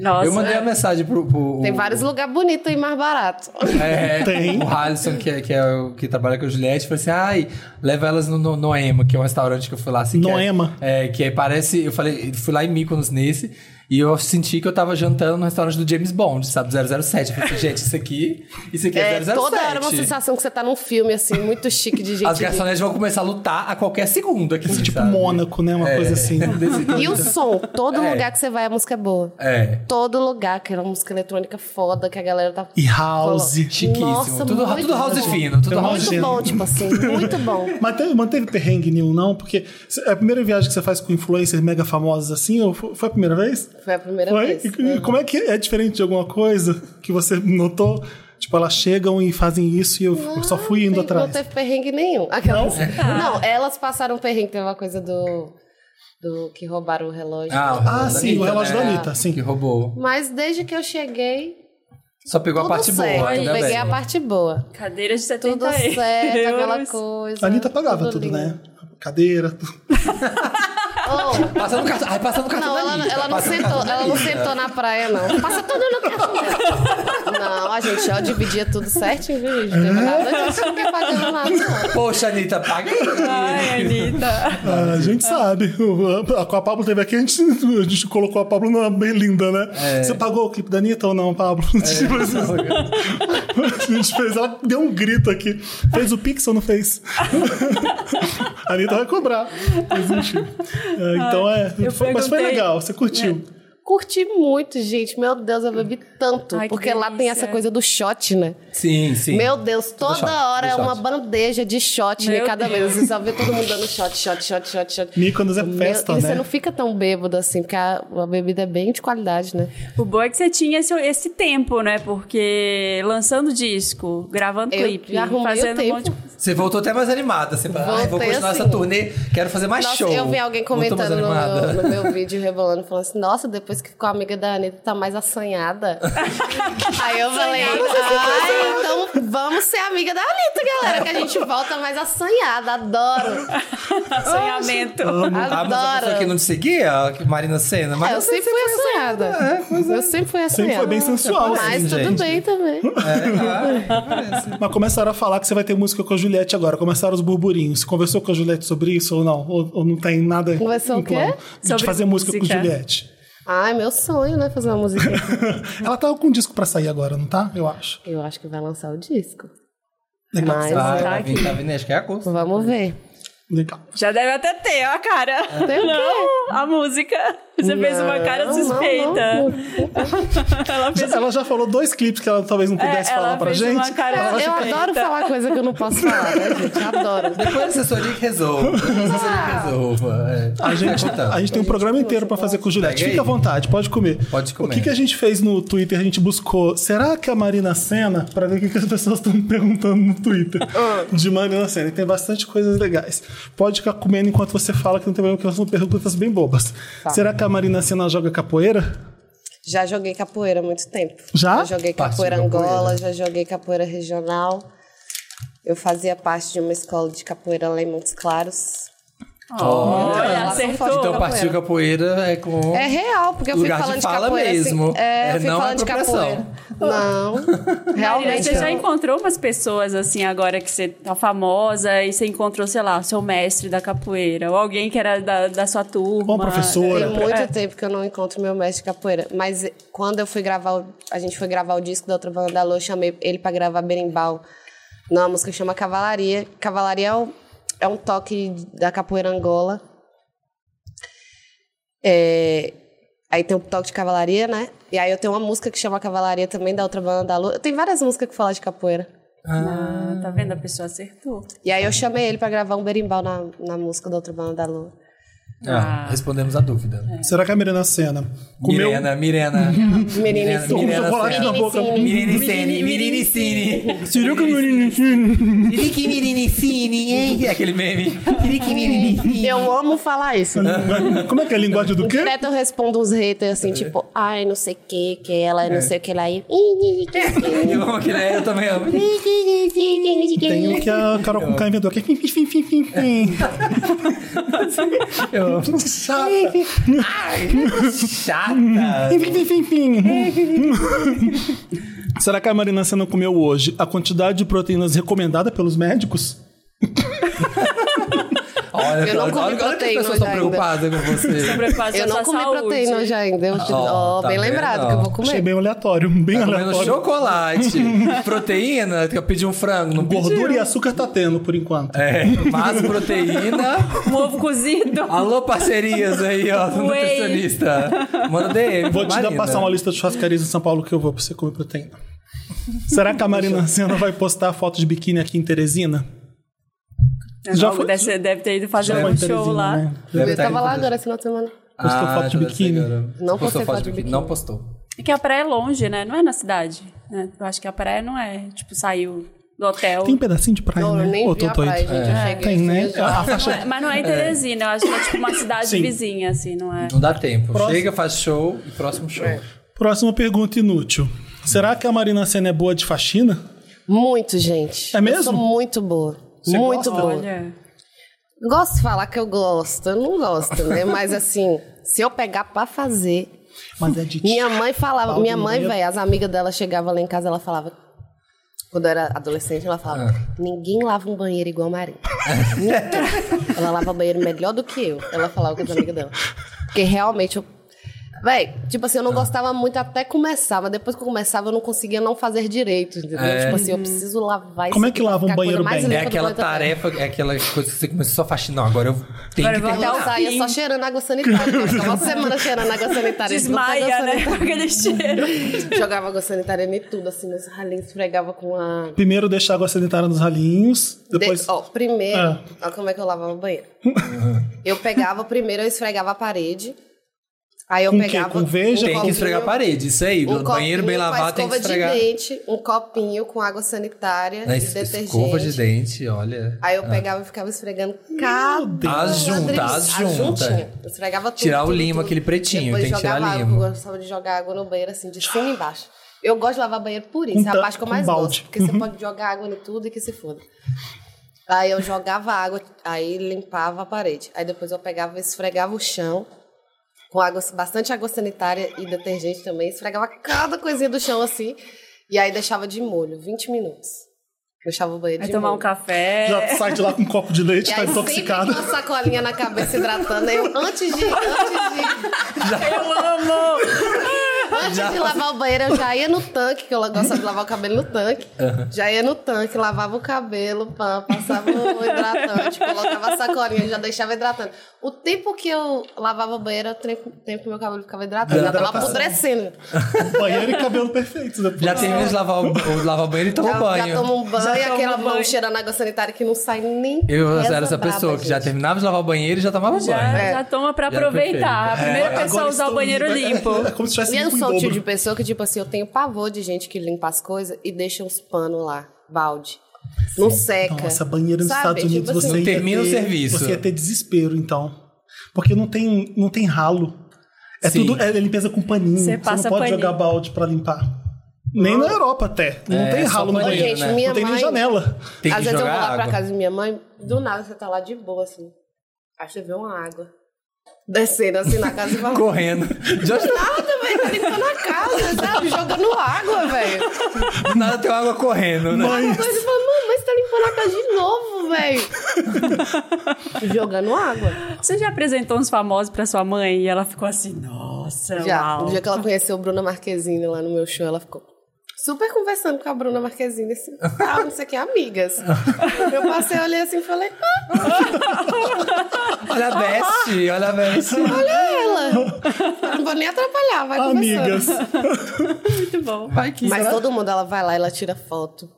Nossa.
Eu mandei a mensagem pro. pro-
Tem
o-
vários lugares bonitos e mais baratos.
É,
Tem.
O Halisson, que, é- que, é, o- que trabalha com a Juliette, falou assim: ai, leva elas no, no Noema, que é um restaurante que eu fui lá assim. que é-
Noema.
É, que aí parece. Eu falei, fui lá em Mykonos nesse. E eu senti que eu tava jantando no restaurante do James Bond, sabe? 007. Eu falei assim, gente, isso aqui, isso aqui é,
É,
007.
toda hora uma sensação que você tá num filme, assim, muito chique de gente.
As garçonetes vão começar a lutar a qualquer segundo aqui.
Tipo
sabe?
Mônaco, né? Uma
É.
coisa assim.
*laughs* Desse-
E o som, todo
É.
lugar que você vai, a música é boa.
É.
Todo lugar, que era uma música eletrônica foda, que a galera tá...
E house.
Colo-
Chiquíssimo.
Nossa,
tudo,
muito
tudo house
bom.
fino, tudo
Eu
house
Muito
imagino.
bom, tipo assim, muito bom.
Mas teve, manteve perrengue nenhum, não? Porque é a primeira viagem que você faz com influencers mega famosos assim, ou fo- foi a primeira vez?
Foi a primeira
Foi?
vez.
E- e Como é que é diferente de alguma coisa que você notou? Tipo, elas chegam e fazem isso e eu eu só fui indo
Não,
atrás.
Não teve perrengue nenhum. Aquelas... *laughs* Não? elas passaram perrengue, teve uma coisa do... do que roubaram o relógio.
Ah, o
Ah, sim, o relógio
né?
da Anitta, sim.
Que roubou.
Mas desde que eu cheguei,
Só pegou
tudo
a parte
certo.
boa, ainda
eu peguei
bem.
a parte boa.
Cadeira de 70
Tudo certo, aquela
euros.
coisa.
A Anitta pagava
tudo
tudo,
lindo.
né? Cadeira, tudo.
Oh,
Passa no cartão. Ai, passa no cartão
*laughs* Não,
da
ela,
Anitta,
ela não
passa no
sentou,
cartão da
ela não
né?
Anitta.
sentou na praia, não. Passa tudo no cachorro dela. Não, a gente, ó, dividia tudo certinho, viu, gente?
É.
Teve nada, a gente não quer pagando nada, não.
Poxa, Anitta, paga aí.
Ai, Anitta.
Ah, a gente sabe. *laughs* O- a- Com a Pablo teve aqui, a gente, a gente colocou a Pablo na Belinda, né? Você pagou o clipe da Anitta ou não, Pablo? *laughs* Tipo, *laughs* a gente fez, ela deu um grito aqui. Fez o Pix ou não fez? *laughs* a Anitta vai cobrar. Mas, enfim. É, então é.
eu
foi- mas foi
perguntei-
legal, você curtiu.
Curti muito, gente. Meu Deus, eu bebi tanto.
Ai, que
porque lá tem
delícia.
essa coisa do shot, né?
Sim, sim.
Meu Deus, toda
shot,
hora
do
é uma
shot.
bandeja de shot
Meu
em cada
Deus.
mesa. Você só vê todo mundo dando shot, shot, shot, shot, shot.
Mykonos é
Meu-
festa,
e
né?
você não fica tão bêbado assim, porque a, a bebida é bem de qualidade, né?
O bom é que você tinha esse, esse tempo, né? Porque lançando disco, gravando
Eu
clipe,
já arrumei o
fazendo
tempo.
um monte *laughs* de
Você voltou até mais animada. Você fala, ai, vou
Voltei
continuar
assim.
essa turnê, quero fazer mais
Nossa,
show.
eu vi alguém
Voltou mais
comentando no
animada.
meu, no
*laughs*
meu vídeo, rebolando, falando assim, nossa, depois que ficou amiga da Anitta, tá mais
*laughs*
assanhada. Aí eu falei, ai,
assim."
então vamos ser amiga da Anitta, galera, que a gente volta mais assanhada, adoro.
sonhamento.
Ah, mas a pessoa que
Adoro.
não te seguia, a Marina Senna, mas
É, eu sempre fui assanhada. Eu sempre fui assanhada.
Sempre foi bem sensual,
Mas
assim, gente.
tudo bem também.
Mas começaram a falar que você vai ter música com a Juliette agora. Começaram os burburinhos. Conversou com a Juliette sobre isso ou não? Ou, ou não tem nada
Conversou
em
o quê?
plano De
Sobre
fazer música, com
música.
a Juliette. *laughs*
Ai, meu sonho, né, fazer uma musiquinha.
Ela tá com um disco pra sair agora, não tá? Eu acho.
Eu acho que vai lançar o disco.
Legal.
Mas
Ah,
tá
tá vindo,
aqui.
tá vindo, acho que é agosto.
vamos ver.
Legal.
Já deve até ter, ó, a cara.
Tem o quê?
Não, *laughs* a música. Você fez uma cara
Não, não,
suspeita.
não.
*laughs* ela fez
Ela já falou dois clipes que ela talvez não
É,
pudesse falar
ela
pra
fez
gente.
uma cara
Eu, eu
suspeita.
adoro falar coisa que eu não posso falar, né, gente? Eu Adoro.
Depois a assessoria que resolva. Depois a assessoria que resolva. É.
A gente,
Então,
a gente tem um programa inteiro pra fazer com o Juliette.
Pega aí.
Fica à vontade, pode comer.
Pode comer.
O que, que a gente fez no Twitter? A gente buscou. Será que a Marina Senna? Pra ver o que, que as pessoas estão perguntando no Twitter de Marina Senna. E tem bastante coisas legais. Pode ficar comendo enquanto você fala, que não tem problema, porque são perguntas bem bobas. Será que a Marina Senna joga capoeira?
Já joguei capoeira há muito tempo.
Já?
Já joguei
Parte
capoeira
de capoeira.
Angola, já joguei capoeira regional. Eu fazia parte de uma escola de capoeira lá em Montes Claros.
Olha, acertou.
então partiu capoeira é com.
É real, porque eu fui
Lugar de
falando de,
fala
capoeira.
mesmo.
Assim, é, eu
É,
fui
não é
falando de capoeira. Não,
Marina,
Então, realmente. é.
você já
não.
encontrou umas pessoas assim agora que você tá famosa e você encontrou, sei lá, o seu mestre da capoeira ou alguém que era da, da sua turma.
Uma professora.
Tem muito
É.
tempo que eu não encontro meu mestre de capoeira. Mas quando eu fui gravar, o- a gente foi gravar o disco da outra banda da Lua, eu chamei ele pra gravar berimbau. Numa música que chama Cavalaria. Cavalaria é um, é um toque da capoeira Angola. É, aí tem um toque de cavalaria, né? E aí eu tenho uma música que chama Cavalaria também da outra banda da Lua. Eu tenho várias músicas que falam de capoeira.
Ah, tá vendo? A pessoa acertou.
E aí eu chamei ele pra gravar um berimbau na, na música da outra banda da Lua.
Ah, respondemos a dúvida.
É.
Será que a Marina Senna comeu.
Mirena, Mirena. Mirena,
Tô com chocolate na
Senna.
boca.
Mirinicine, Mirinicine.
Seria que a Marina-
Mirique Mirinicine, hein? Aquele meme. Mirique Mirinicine.
Eu amo falar isso.
Como é que é a linguagem do quê?
Direto Né, então eu respondo uns haters assim, tipo, ai, não sei o que, que ela, não sei o que lá. E... Tem
Eu amo aquele, é, eu também amo.
Tem o que a Carol com K inventou. Que é fim, fim, fim, fim, fim, fim.
*laughs* Eu amo.
Chata.
Chata.
Enfim, enfim, enfim. *laughs* Será que a Marina Senna comeu hoje a quantidade de proteínas recomendada pelos médicos?
Olha,
Eu não
olha, olha,
comi
olha que as
proteína
pessoas estão
ainda.
preocupadas com
*laughs*
você.
Preocupação
Eu
com a
não
sua
comi
saúde.
proteína hoje ainda. Eu te-
Ó,
Ó,
tá
bem
vendo,
lembrado
ó.
que eu vou
Achei
comer.
bem aleatório, bem
É, Comendo
aleatório.
chocolate, proteína, que eu pedi um frango, não
Gordura
pediu.
e açúcar tá tendo, por enquanto.
É, mas proteína.
*laughs* Um ovo cozido.
Alô, parcerias aí, ó, do
Whey.
nutricionista. Manda DM.
Vou te
Marina.
dar passar uma lista de churrascarias em São Paulo que eu vou pra você comer proteína. Será que a Marina Senna vai postar foto de biquíni aqui em Teresina? Já
É,
Já
foi-
deve, ser- deve ter ido fazer
Vai em
um show
Teresina,
lá.
né?
Deve
Eu
tá
tava
indo
lá
fazer-
agora, final de semana.
Postou foto de
Ah, deve ser
biquíni.
agora.
Não
postou
postei
foto de biquíni. Não postou.
É que a praia é longe, né? Não é na cidade. né? Eu acho que a praia não é, tipo, saiu do hotel.
Tem um pedacinho de praia,
Não,
né?
eu nem
Ô,
vi
tô
a praia,
doido.
gente. Eu cheguei.
Tem, né? A a
Não
faixa
é- mas não é em Teresina, eu acho que é tipo
*coughs*
uma cidade
Sim.
vizinha, assim, não é?
Não dá tempo.
Próximo.
Chega, faz show e próximo show. É
Próxima pergunta inútil. Será que a Marina Senna é boa de faxina?
Muito, gente.
É mesmo?
Eu sou muito boa.
Você gosta?
muito boa.
Olha.
Gosto de falar que eu gosto. Eu não gosto, né? Mas assim, se eu pegar pra fazer,
Mas é de
*laughs* Minha mãe falava,
Paulo
minha mãe,
Mineiro.
velho, as amigas dela chegavam lá em casa, ela falava. Quando eu era adolescente, ela falava:
Ah.
ninguém lava um banheiro igual a Maria. *laughs* Ninguém. ela lava banheiro melhor do que eu. Ela falava com as amigas dela. Porque realmente eu. Véi, tipo assim, eu não
Ah.
gostava muito até começar, mas depois que eu começava, eu não conseguia não fazer direito, entendeu?
É.
Tipo assim, eu preciso lavar isso
Como é
aqui
que
pra
lava um
ficar a coisa
banheiro bem?
mais
É
limpa do
aquela
planeta Terra.
tarefa, é aquela coisa que você começou a faxina. Não, agora eu tenho
Agora
que
eu vou
terminar.
até
Eu saía só cheirando água sanitária. Eu ficava uma semana cheirando
*laughs*
água sanitária.
Desmaia,
água
né? Com aquele cheiro.
*laughs* Jogava água sanitária em tudo, assim, meus ralinhos esfregava com a.
Primeiro deixar a água sanitária nos ralinhos, depois
De- Ó, primeiro,
Ah.
olha como é que eu lavava o banheiro. *laughs* eu pegava primeiro, eu esfregava a parede. Aí eu
Com o quê?
pegava. um
Com veja?
Tem que
copinho-
esfregar a parede, isso aí.
Um
do banheiro bem
copinho com a
lavado tem que
escova
esfregar.
de dente, um copinho com água sanitária
Na
e
es-
detergente.
escova de dente, Ah. olha.
Aí eu pegava e ficava esfregando cada.
As juntas, as
A
juntas.
tá juntinha. Eu esfregava tudo.
tá Tirar o
tudo,
limo,
tudo.
aquele pretinho,
Depois
tem que tirar
jogava água,
limo.
Eu gostava de jogar água no banheiro assim, de cima e embaixo. Eu gosto de lavar banheiro por isso,
Com
é a
ta-
parte que eu
com
mais
balde. Uhum.
gosto. Porque você pode jogar água em tudo e que se foda. Aí eu jogava água, aí limpava a parede. Aí depois eu pegava e esfregava o chão com água, bastante água sanitária e detergente também. Esfregava cada coisinha do chão assim. E aí deixava de molho, 20 minutos. Deixava o banheiro
Vai
de
tomar
molho.
um café. *laughs*
já sai de lá com um copo de leite,
E
tá
aí é sempre com
intoxicada.
uma sacolinha na cabeça hidratando. aí Eu, antes de, antes de,
Eu amo!
Antes de lavar o banheiro, eu já ia no tanque, que eu gosto de lavar o cabelo no tanque. Já ia no tanque, lavava o cabelo, pá, passava o hidratante, colocava a sacolinha, já deixava hidratando. O tempo que eu lavava o banheiro, o tempo tempo que meu cabelo ficava hidratado. Já tava
Hidratação.
apodrecendo.
*laughs* Banheiro e cabelo perfeitos. né?
Já termina de lavar o, o lavar o banheiro e toma
Já,
banho.
já toma um
Já
banho,
toma
aquela
banho.
mão cheirando água sanitária que não sai nem
Eu
reza
era essa
braba,
pessoa que já
gente.
terminava de lavar o banheiro e já tomava
Já,
banho.
É.
já toma pra
Já
aproveitar. A
perfeito.
primeira
Agora
pessoa a usar o
estou-
banheiro
é-
limpo.
É, como se tivesse
E eu
limpo em
sou o tipo de
dobro.
pessoa que, tipo assim, eu tenho pavor de gente que limpa as coisas e deixa uns panos lá, balde. Não seca.
Nossa, banheiro nos
Sabe?
Estados Unidos
Tipo assim,
você ia
termina o
ter-
serviço.
Você ia ter desespero, então. Porque não tem, não tem ralo. É
Sim.
tudo é limpeza com paninho.
Você
Você,
passa
não pode
paninho.
jogar balde pra limpar. Nem na Europa até. Não
É,
tem
só
ralo no
paninho,
banheiro.
Gente,
né?
minha
não tem
mãe-
nem
*laughs*
janela.
Tem que
Às vezes eu
jogar
vou lá
água.
pra casa de minha mãe, do nada você tá lá de boa, assim. Aí você vê uma água. Descendo assim na casa e fala.
Correndo. Já
*laughs* Nada, velho, tá limpando a casa, sabe? Jogando água, velho.
do nada tem água correndo, né?
Mãe,
Depois você fala, mamãe, você tá limpando a casa de novo,
*laughs*
velho. Jogando água.
Você já apresentou uns famosos pra sua mãe e ela ficou assim, nossa,
Já.
uau.
No dia que ela conheceu a Bruna Marquezine lá no meu show, ela ficou super conversando com a Bruna Marquezine, assim, tal, não sei o que, amigas. Eu passei, olhei assim e falei, ah,
Olha a veste, olha a veste.
olha é ela. Eu Não vou nem atrapalhar, vai conversando.
amigas.
Muito bom.
Vai que é
Mas todo mundo, ela vai lá, ela tira foto.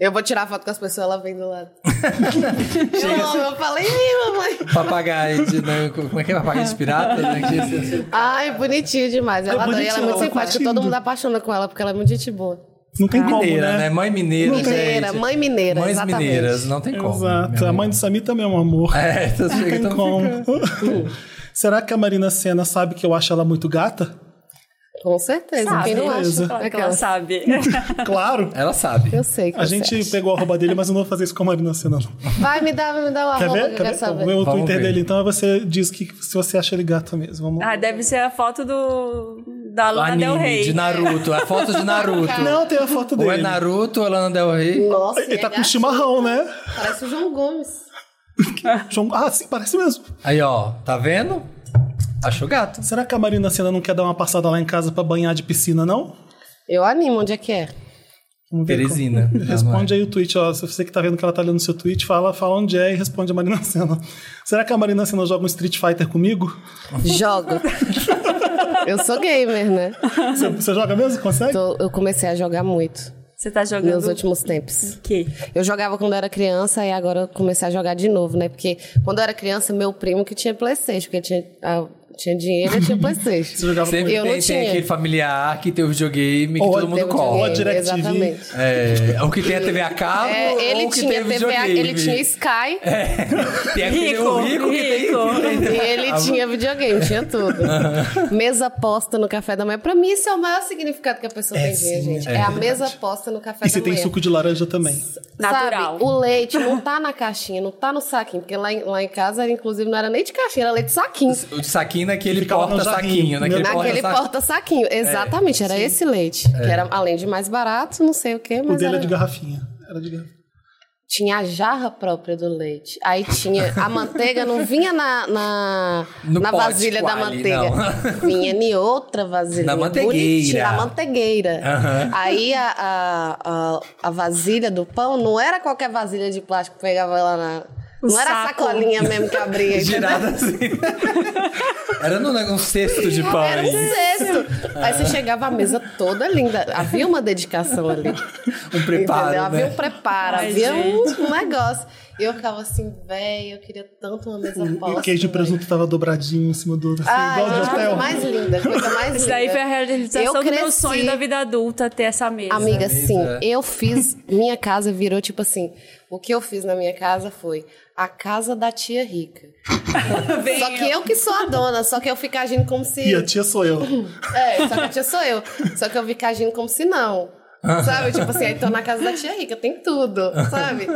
Eu vou tirar foto com as pessoas, ela vem do lado. eu, amo, eu falei, ih, mamãe.
papagaio de. né, Como é que é? Papagaio de pirata? Né?
*laughs*
Que-
Ai, bonitinha demais. Ela adora, e ela é
bonitinha,
muito
ela
simpática.
curtindo.
Todo mundo apaixona com ela, porque ela é muito gente boa.
Não tem como,
Mineira, né?
né?
Mãe mineira,
Mineira,
gente.
mãe mineira,
Mães
exatamente.
mineiras, não tem como.
Exato. A mãe do Samir também é um amor.
*laughs* É, então
Não tem como. *laughs* Será que a Marina Senna sabe que eu acho ela muito gata?
Com certeza,
Sabe,
quem não acha?
beleza.
Claro que ela
Aquelas. *laughs*
sabe.
Claro.
Ela sabe.
Eu sei que
A
*laughs* você é.
gente
acha.
pegou a roupa dele, mas eu não vou fazer isso com a Marina Senna, não.
Vai, me dá, me dá o
Quer
arroba
ver? Tá Quer
que Tá eu quero
ver?
saber.
Vamos ver o
Vamos
Twitter
ver.
dele, então, aí você diz que se você acha ele gato mesmo. Vamos...
Ah, deve ser a foto do da Lana Del
Anime,
Rey.
de Naruto. É foto
*laughs*
de Naruto.
Não, tem a foto
Ou
dele.
é Naruto ou é Lana Del Rey.
Nossa,
Ele
é
tá com
gato.
chimarrão, né?
Parece o João Gomes.
João- Ah, sim, parece mesmo.
Aí, ó, tá vendo? Achou gato.
Será que a Marina Senna não quer dar uma passada lá em casa pra banhar de piscina, não?
Eu animo, onde é que é?
Vamos ver
Teresina.
como- Responde aí o tweet, ó. Se você que tá vendo que ela tá lendo o seu tweet, fala, fala onde é e responde a Marina Senna. Será que a Marina Senna joga um Street Fighter comigo? *laughs*
Jogo. eu sou gamer, né?
Você, você joga mesmo? Consegue?
Tô- eu comecei a jogar muito
Você tá
nos
jogando
últimos tempos.
o quê?
Eu jogava quando eu era criança e agora eu comecei a jogar de novo, né? Porque quando eu era criança, meu primo que tinha Playstation, porque tinha, ah, tinha dinheiro, eu tinha
*laughs* Você
Playstation.
jogava
Sempre
Eu não
tem, tem
tinha. é
aquele familiar que tem o videogame que
Ou
todo
tem
mundo
o
cola.
Ou a DirecTV.
Exatamente.
É, o que tem a TV a cabo
É,
ou
ele
o que
tinha
tem
TV,
videogame.
ele tinha Sky
*laughs* Tem aquele
Rico,
rico, rico que tem...
rico.
que tem-
e ele tinha videogame,
*laughs*
tinha tudo. mesa posta no café da manhã. Pra mim, isso é o maior significado que a pessoa
É,
tem dia,
sim,
gente.
é
É, a
verdade.
mesa posta no café
E
da
você
manhã.
tem suco de laranja também.
Natural.
Sabe, o leite não tá na caixinha, não tá no saquinho. Porque lá em, lá em casa, inclusive, não era nem de caixinha, era leite de saquinho.
O de saquinho naquele
Ficava no
porta-saquinho.
jarrinho,
Naquele
né?
Naquele
porta-saquinho.
porta-saquinho.
É,
Exatamente, era esse leite. Que era, além de mais barato, não sei o quê,
O
mas
dele
era...
é de garrafinha. Era de garrafinha.
tinha a jarra própria do leite. Aí tinha... A manteiga não vinha na, na,
No
na
pote
vasilha da
quali,
manteiga. Vinha em outra vasilha.
Na manteigueira.
bonitinha, Na mantegueira.
Aham.
Aí a, a, a, a vasilha do pão não era qualquer vasilha de plástico que pegava lá na...
O
não era a
saco.
sacolinha mesmo que abria.
*laughs*
entendeu?
Girada assim. Era num neg- um cesto de pão.
Era um
aí.
cesto. Aí você chegava à mesa toda linda. Havia uma dedicação ali.
Um preparo,
entendeu? Havia
né?
um preparo,
Ai,
havia um, um negócio. E eu ficava assim, véi, eu queria tanto uma mesa
E
posta.
o queijo de
véi."
presunto tava dobradinho em cima do assim,
Ai,
igual de
gente, coisa
hotel.
mais linda, coisa mais linda.
Isso daí foi a realização
né? Eu
do meu
cresci.
sonho da vida adulta, ter essa mesa.
Amiga,
mesa.
sim, eu fiz. Minha casa virou tipo assim. O que eu fiz na minha casa foi a casa da tia
*laughs*
rica.
Vem,
Só que eu que sou a dona, só que eu fico agindo como se.
E a tia sou
*laughs*
eu.
É, só que a tia sou eu. Só que eu fico agindo como se não. Sabe? Tipo assim, aí tô na casa da tia rica, tem tudo, sabe?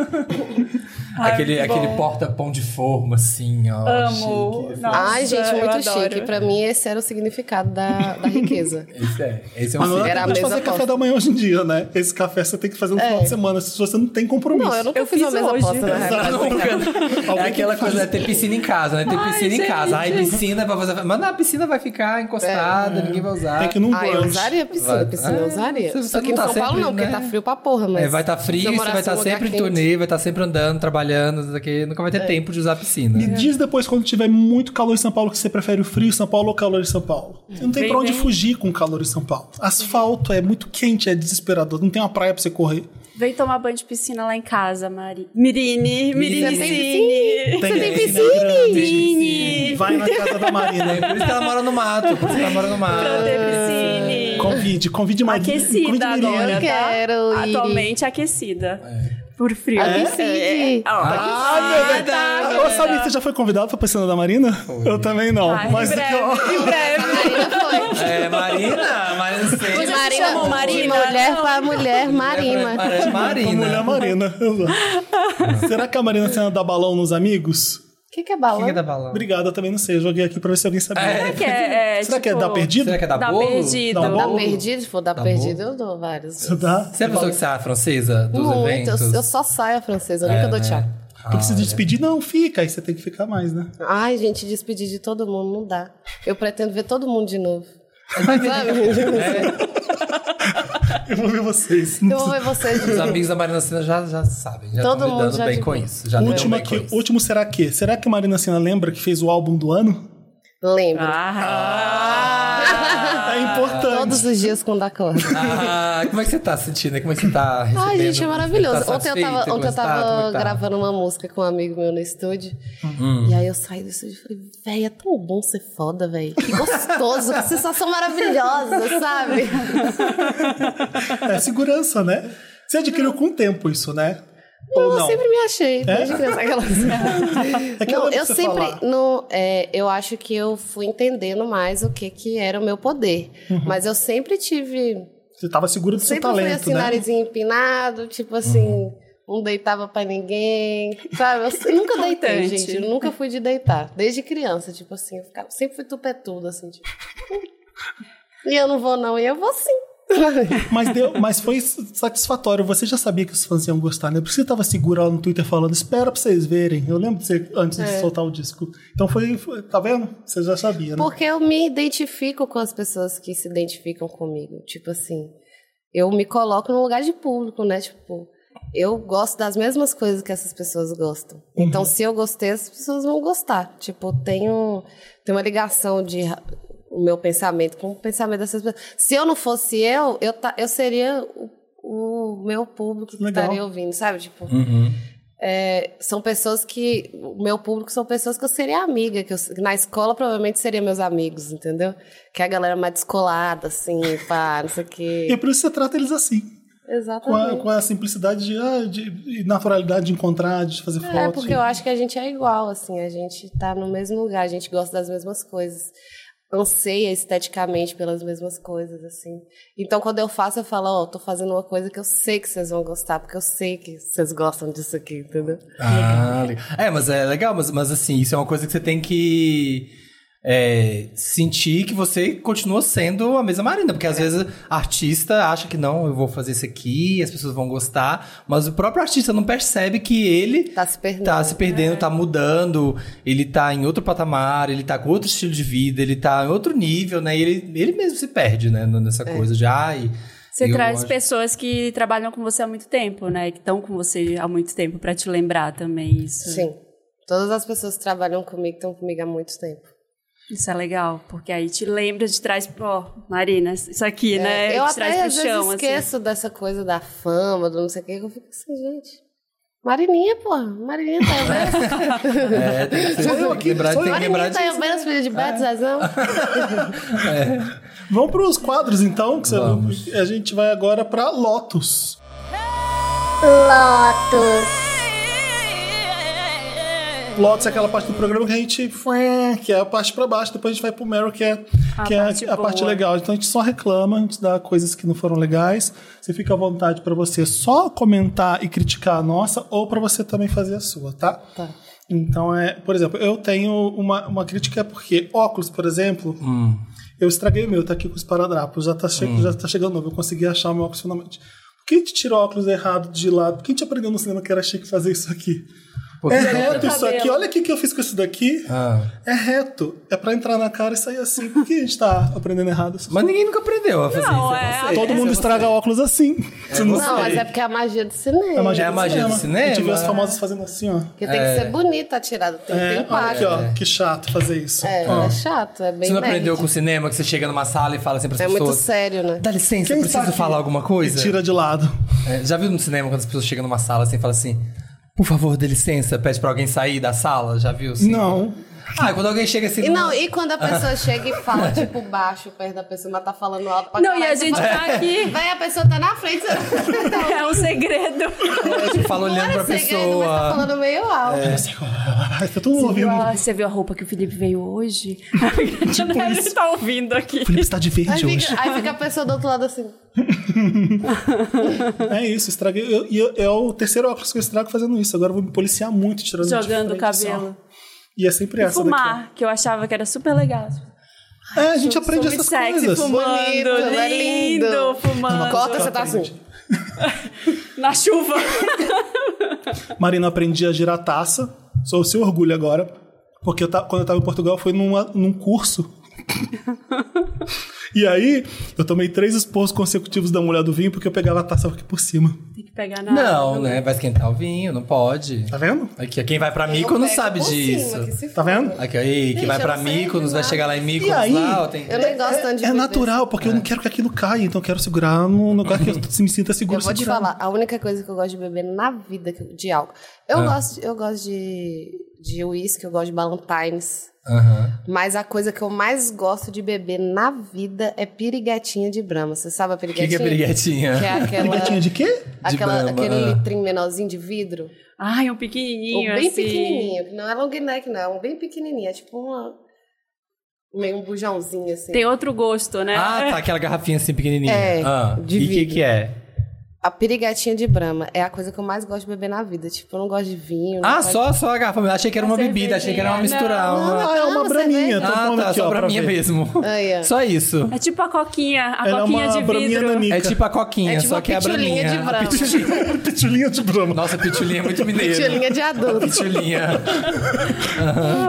Ai,
aquele
muito bom.
aquele porta-pão de forma, assim, ó.
Amo.
chique.
Nossa,
Ai, gente,
eu
muito
adoro.
chique. Pra mim, esse era o significado da, da riqueza.
Esse é, esse é um
Mas não
sim.
dá
Era a
pra gente
mesa
fazer café
posta. É.
da manhã hoje em dia, né? Esse café você tem que fazer no final de semana, se você não tem compromisso.
Não, eu nunca
Eu
fiz uma
fiz
mesa
hoje.
posta, na
Exato.
*laughs* realidade.
Alguém
É aquela
tem que
coisa, é ter piscina em casa, né? Ter
Ai,
piscina em
gente.
casa. Ai, piscina pra fazer. Mas não, a piscina vai ficar encostada, ninguém vai usar.
Tem que ir num
Ah, eu
brunch.
usaria a piscina,
Vai.
a piscina eu
É,
usaria.
você- você
Só que
não
em
tá
São Paulo
sempre,
não, porque
né?
tá frio pra porra, mas...
É, vai estar
se
frio,
eu
você
morasse
vai estar
num lugar
sempre em
quente-
turnê, vai estar sempre andando, trabalhando, não sei o quê, nunca vai ter tempo de usar a piscina.
É.
Me diz depois, quando tiver muito calor em São Paulo, que você prefere o frio em São Paulo ou o calor em São Paulo. Você não tem
Hum. Bem,
pra onde
bem.
fugir com o calor em São Paulo. Asfalto é muito quente, é desesperador. Não tem uma praia pra você correr.
Vem tomar banho de piscina lá em casa, Mari. Mirine, Mirine.
Você tem
Cine.
Tem,
tem
piscina grande. Vai na casa da Marina.
É
*laughs*
por isso que ela mora no mato, por isso que ela mora no
Pra
mato.
ter
É.
piscine.
Convide, convide Marina. convide
Aquecida
Mirina.
agora, tá?
Quero ir.
Atualmente aquecida. Por frio.
Aquecida.
É. Ó,
Ah, meu Deus.
Ô, Sabi, você já foi convidado pra piscina da Marina? Eu também não.
Ai,
mas
Ah,
é
em breve,
eu- *laughs*
em breve.
Marina foi.
É, Marina, Marina
Vocês
sei.
se chamam
de
Marina?
mulher
Não.
pra mulher, Marina.
É, Parece
Uma mulher
Marina.
Marina. Exato. Será que a Marina cena dá balão nos amigos?
O que, que é balão?
Quem que dá balão?
Obrigado, eu também não sei. Eu joguei aqui pra ver se alguém sabia.
É.
Que é, é,
Será que é
tipo,
dar perdido?
Será que é da
Dá
bolo?
perdido.
Dá
Dá
bolo?
Tá perdido? Se for dar
Dá
perdido, eu
*laughs*
dou vários.
Isso dá?
Você é a pessoa que sai a francesa dos
Muito, eu,
eventos? É, né? Ah,
eu só saio a francesa, eu nunca dou tchau.
Porque se despedir, não, fica. Aí você tem que ficar mais, né? *laughs*
Ai, gente, despedir de todo mundo não dá. Eu pretendo ver todo mundo de novo. Sabe?
*laughs* É,
Eu vou ver vocês.
Eu vou ver vocês de
É, os
novo.
amigos da Marina Sena já, já sabem, já
Todo
estão
mundo
lidando
já
bem
de
com
boa.
isso. Já lidam
Última
bem com
aqui.
isso.
Último será que? Será que a Marina Sena lembra que fez o álbum do ano?
Lembro.
Ah.
Ah,
é importante.
Todos os dias quando
*laughs*
acorda.
Ah, *laughs* como é que você tá sentindo? Como é que você tá recebendo?
Ai, gente, é maravilhoso.
Tá
ontem eu tava,
satisfeita?
ontem eu
Como tá?
tava
Como é que tá?
gravando uma música com um amigo meu no estúdio.
Hum.
E aí eu saí do estúdio e falei, véi, é tão bom ser foda, véi. Que gostoso, que sensação maravilhosa,
*laughs*
sabe?
É segurança, né? Você adquiriu com o tempo isso, né?
Não,
Ou não?
eu sempre me achei. Desde criança, aquelas...
*laughs* É que eu
não,
lembro
eu
você
sempre.
falar.
Não, é, eu acho que eu fui entendendo mais o que, que era o meu poder.
Uhum.
Mas eu sempre tive.
Você tava segura do seu
sempre fui
talento,
assim,
né?
narizinho empinado, tipo assim. Não deitava pra ninguém, sabe? Eu se- nunca deitei,
Importante.
gente. Eu nunca fui de deitar. Desde criança, tipo assim. Eu ficava, sempre fui tupetuda, assim, tipo. *laughs* E eu não vou, não. E eu vou sim.
*laughs* Mas, deu, mas foi satisfatório. Você já sabia que os fãs iam gostar, né? Porque você tava segura lá no Twitter falando, espera pra vocês verem. Eu lembro de você antes
É.
de soltar o disco. Então foi, foi- Tá vendo? Você já sabia, né?
Porque eu me identifico com as pessoas que se identificam comigo. Tipo assim, eu me coloco no lugar de público, né? Tipo, eu gosto das mesmas coisas que essas pessoas gostam.
Uhum.
Então, se eu gostei, as pessoas vão gostar. Tipo, tem, um, tem uma ligação de ra- o meu pensamento com o pensamento dessas pessoas. Se eu não fosse eu, eu, ta- eu seria o, o meu público que
Legal.
estaria ouvindo, sabe? Tipo, é, são pessoas que. O meu público são pessoas que eu seria amiga, que eu- na escola provavelmente seriam meus amigos, entendeu? Que é a galera mais descolada, assim, *laughs* pá, não sei o
E
quê.
por isso você trata eles assim. Com a,
Exatamente.
com a simplicidade de, ah, de- e naturalidade de encontrar, de fazer foto.
É, porque eu acho que a gente é igual, assim, a gente tá no mesmo lugar, a gente gosta das mesmas coisas, anseia esteticamente pelas mesmas coisas, assim. Então, quando eu faço, eu falo, ó, tô fazendo uma coisa que eu sei que vocês vão gostar, porque eu sei que vocês gostam disso aqui, entendeu?
né?
Ah, legal. É, mas é legal, mas, mas assim, isso é uma coisa que você tem que é, sentir que você continua sendo a mesma Marina, porque às
É.
vezes artista acha que não, eu vou fazer isso aqui, as pessoas vão gostar, mas o próprio artista não percebe que ele
Tá se perdendo.
tá se
né?
perdendo, tá mudando, ele tá em outro patamar, ele tá com outro estilo de vida, ele tá em outro nível, né? E ele, ele mesmo se perde, né, nessa
É.
coisa de
*laughs*
ai.
Você
eu
traz
acho-
pessoas que trabalham com você há muito tempo, né? Que estão com você há muito tempo pra te lembrar também isso.
Sim. Todas as pessoas que trabalham comigo estão comigo há muito tempo.
Isso é legal, porque aí te lembra de trás, ó, Marina, isso aqui, né?
É, eu
te
até
traz pro
às
chão,
vezes
assim.
esqueço dessa coisa da fama, do não sei o quê, que eu fico assim, gente. Marininha, porra. Marininha
*laughs*
tá
É, tem que,
Sou eu
tem que
aqui,
lembrar,
sou
tem
eu.
que lembrar É.
né?
Marininha
de
tá apenas filha de Beto, Zezão.
Vamos para os quadros, então. Que você-
Vamos.
A gente vai agora para Lotus.
Lotus.
Lotus é aquela parte do programa que a gente. fué, que é a parte pra baixo, depois a gente vai pro Meryl, que é,
A
que é
parte
a parte
boa.
legal. Então a gente só reclama, a gente dá coisas que não foram legais. Você fica à vontade pra você só comentar e criticar a nossa, ou pra você também fazer a sua, tá? Tá. Então é. Por exemplo, eu tenho uma, uma crítica é porque óculos, por exemplo. Eu estraguei o meu, tá aqui com os paradrapos, já tá, che- já tá chegando novo, eu consegui achar o meu óculos finalmente. Por que a gente tirou o óculos errado de lado? Por que a gente aprendeu no cinema que era chique fazer isso aqui?
Pô,
é
que
reto
legal.
isso aqui, olha o que que eu fiz com isso daqui.
Ah.
É reto, é pra entrar na cara e sair assim. Por que a gente tá aprendendo errado?
Mas ninguém nunca aprendeu a fazer
Não,
isso. né?
é-
você.
Todo mundo
Você-
estraga óculos assim. Você não
Não,
sabe.
mas é porque é a magia do cinema.
É a magia do
A gente vê
cinema.
os famosos fazendo assim, ó.
Porque tem
É.
que ser bonita a tirada, tem que
É,
ter
olha aqui,
impacto.
ó, que chato fazer isso.
É,
Ó.
é chato, é bem
Você não aprendeu
nerd.
com o cinema que você chega numa sala e fala assim para as
É muito
pessoas.
sério, né?
Dá licença,
Quem
eu preciso
tá aqui
falar alguma coisa.
E tira de lado.
É, já viu no cinema quando as pessoas chegam numa sala assim e falam assim: Por favor, dê licença, pede pra alguém sair da sala? Já viu? assim?
Não.
Ah, quando alguém chega assim.
E não, e quando a pessoa chega e fala, tipo, baixo perto da pessoa, mas tá falando alto pra
Não, e a
caralho,
gente
você fala,
tá aqui.
Vai, a pessoa tá
*laughs*
na frente. Você...
É um segredo.
tipo, fala
Não
olhando
era
pra
segredo, mas tá
pessoa. É.
falando meio alto.
Tá todo mundo ouvindo.
Ah, você viu a roupa que o Felipe veio *laughs* hoje? Tipo Ele tá ouvindo aqui.
Felipe está de
Aí
verde hoje.
fica, aí fica a pessoa do outro lado assim.
É isso, estraguei. eu- E eu- é o terceiro óculos que eu estrago fazendo isso. Agora eu vou me policiar muito tirando de
Jogando o
frente só.
cabelo.
E é sempre essa daqui.
Fumar, que eu achava que era super legal.
ó. É, a gente aprende
Super
essas
sexy,
coisas.
fumando,
Bonito, é
lindo,
lindo.
fumando.
Corta, você tá assim.
Na
*laughs*
chuva.
Marina, eu aprendi a girar taça. Sou o seu orgulho agora. Porque eu ta- quando eu tava em Portugal, foi numa- num
*laughs*
curso. e aí, eu tomei três esposos consecutivos da mulher do vinho porque eu pegava a taça aqui por cima.
Tem que pegar na
Não, né? Vai esquentar o vinho, não pode.
Tá vendo?
Aqui, quem vai pra Mico não
Pega
sabe
por
disso.
cima, que se
Tá
foda.
vendo?
Aqui, aí, que
Gente,
vai
eu
pra
não sei de
Mykonos, vai
nada.
chegar lá em Mykonos
E aí?
lá, ó, tem...
Eu nem gosto tanto de
É
beber. assim.
natural, porque eu não quero que aquilo caia, então eu quero segurar num lugar que eu
*laughs*
me sinta seguro.
Eu vou te
segurando.
falar, a única coisa que eu gosto de beber na vida que- de álcool. Eu
Ah.
gosto, eu gosto de, de uísque, eu gosto de Ballantines.
Aham.
Mas a coisa que eu mais gosto de beber na vida é piriguetinha de Brahma. Você sabe a
O que,
piriguetinha?
que é briguetinha?
Que é aquela,
Briguetinha de quê?
aquela-
Brahma,
aquele
ah.
litrinho menorzinho de vidro.
Ai, um
Ou
pequenininho,
bem
assim.
pequenininho, que não é long neck, não. É um bem pequenininho, é tipo uma... Meio um bujãozinho, assim.
Tem outro gosto, né?
Ah, tá, aquela garrafinha assim pequenininha.
É,
Ah,
de
E o que
vidro.
que é?
A piriguetinha de Brahma é a coisa que eu mais gosto de beber na vida. Tipo, eu não gosto de vinho. não
Ah,
gosto-
só, só a garrafa. mesmo. Achei que era uma
Cervejinha,
bebida, achei que era uma
não.
mistura. uma-
Ah, é
Ah,
uma
você
braminha.
vê?
Tô
Ah,
falando
tá,
aqui,
só
ó,
pra,
pra
minha
ver.
mesmo.
Aí, ó.
Só isso.
É tipo a coquinha, a
Ela é
coquinha
uma
de
braminha
vidro.
nanica.
É tipo a coquinha,
É tipo
só
uma
que é a
pitulinha
braminha.
de
A
branco.
pitulinha-
*laughs* Pitulinha de Brahma.
Nossa, a pitulinha é muito mineira.
Pitulinha de adulto.
Pitulinha.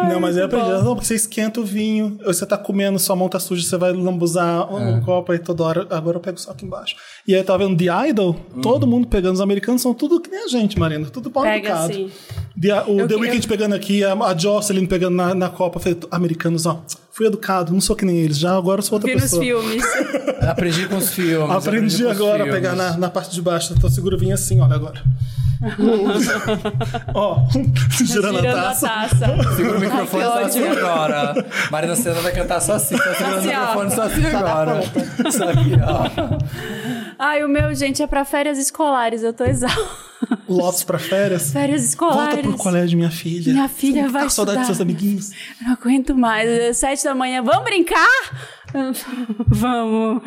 não, mas eu aprendi. Não, porque você esquenta o vinho, ou você tá comendo, sua mão tá suja, você vai lambuzar um copo aí toda hora. Agora eu pego só aqui embaixo. E aí eu tava vendo The Idol, todo mundo pegando. Os americanos são tudo que nem a gente, Marina. Tudo pau
Pega
educado.
assim.
The, o
Eu
The
que-
Weeknd pegando aqui, a, a Jocelyn pegando na, na copa. Falei, americanos, ó, fui educado, não sou que nem eles já, agora eu sou outra
Vi nos
pessoa. *laughs*
filmes.
Aprendi com os filmes.
Aprendi
com os
agora a
filmes.
pegar na, na parte de baixo. Então seguro vinho assim, olha
*laughs*
agora. Ó, *laughs* girando a
Girando a
é taça.
taça.
Segura o microfone só assim agora. Marina Senna vai cantar só assim, tá segurando
Assim,
o
ó.
microfone só assim
dá
agora. Só aqui, ó.
Ai, o meu, gente, é pra férias escolares. Eu tô exausta.
Lotus pra férias.
Férias
Volta
escolares.
pro colégio, minha filha.
Minha filha
Você não
vai
Tá com saudade dos
estudar.
seus amiguinhos.
Eu não aguento mais. É Sete da manhã. Vamos brincar? Vamos.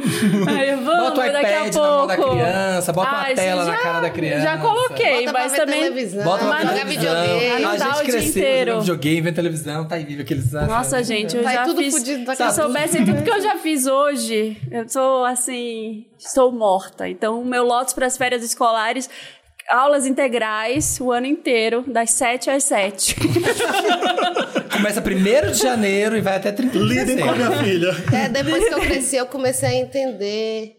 Ai, vamos,
Bota o
daqui a
iPad na mão
pouco.
da criança, bota uma
Ai,
tela
gente,
na
já-
cara da criança.
Já coloquei,
Bota pra
mas
ver
também...
televisão,
Bota uma
joga
televisão.
videogame.
Ah,
A
não dá o
gente
dia
cresceu,
inteiro.
jogando videogame, vendo televisão, tá aí vivo aqueles anos.
Nossa, gente, eu
Vai
já
tudo
fiz.
fudido daqui
se
a
eu
pouco.
soubesse tudo que eu já fiz hoje, eu sou assim, estou morta. Então, o meu lotes para as férias escolares, aulas integrais o ano inteiro, das 7 às 7.
Começa 1 de janeiro e vai até 30 de
Lidem com é a
dezembro.
minha filha.
É, depois que eu cresci, eu comecei a entender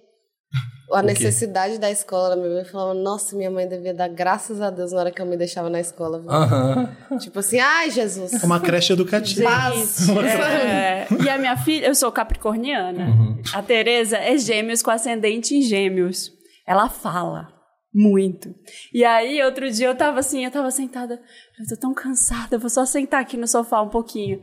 a necessidade da escola. Minha mãe falava, nossa, minha mãe devia dar graças a Deus na hora que eu me deixava na escola. viu?"
Aham.
Tipo assim, ai, Jesus.
É uma creche educativa.
Paz.
É, e a minha filha, eu sou capricorniana.
Uhum.
A Tereza é gêmeos com ascendente em gêmeos. Ela fala muito. E aí, outro dia eu tava assim, eu tava sentada, eu tô tão cansada, eu vou só sentar aqui no sofá um pouquinho.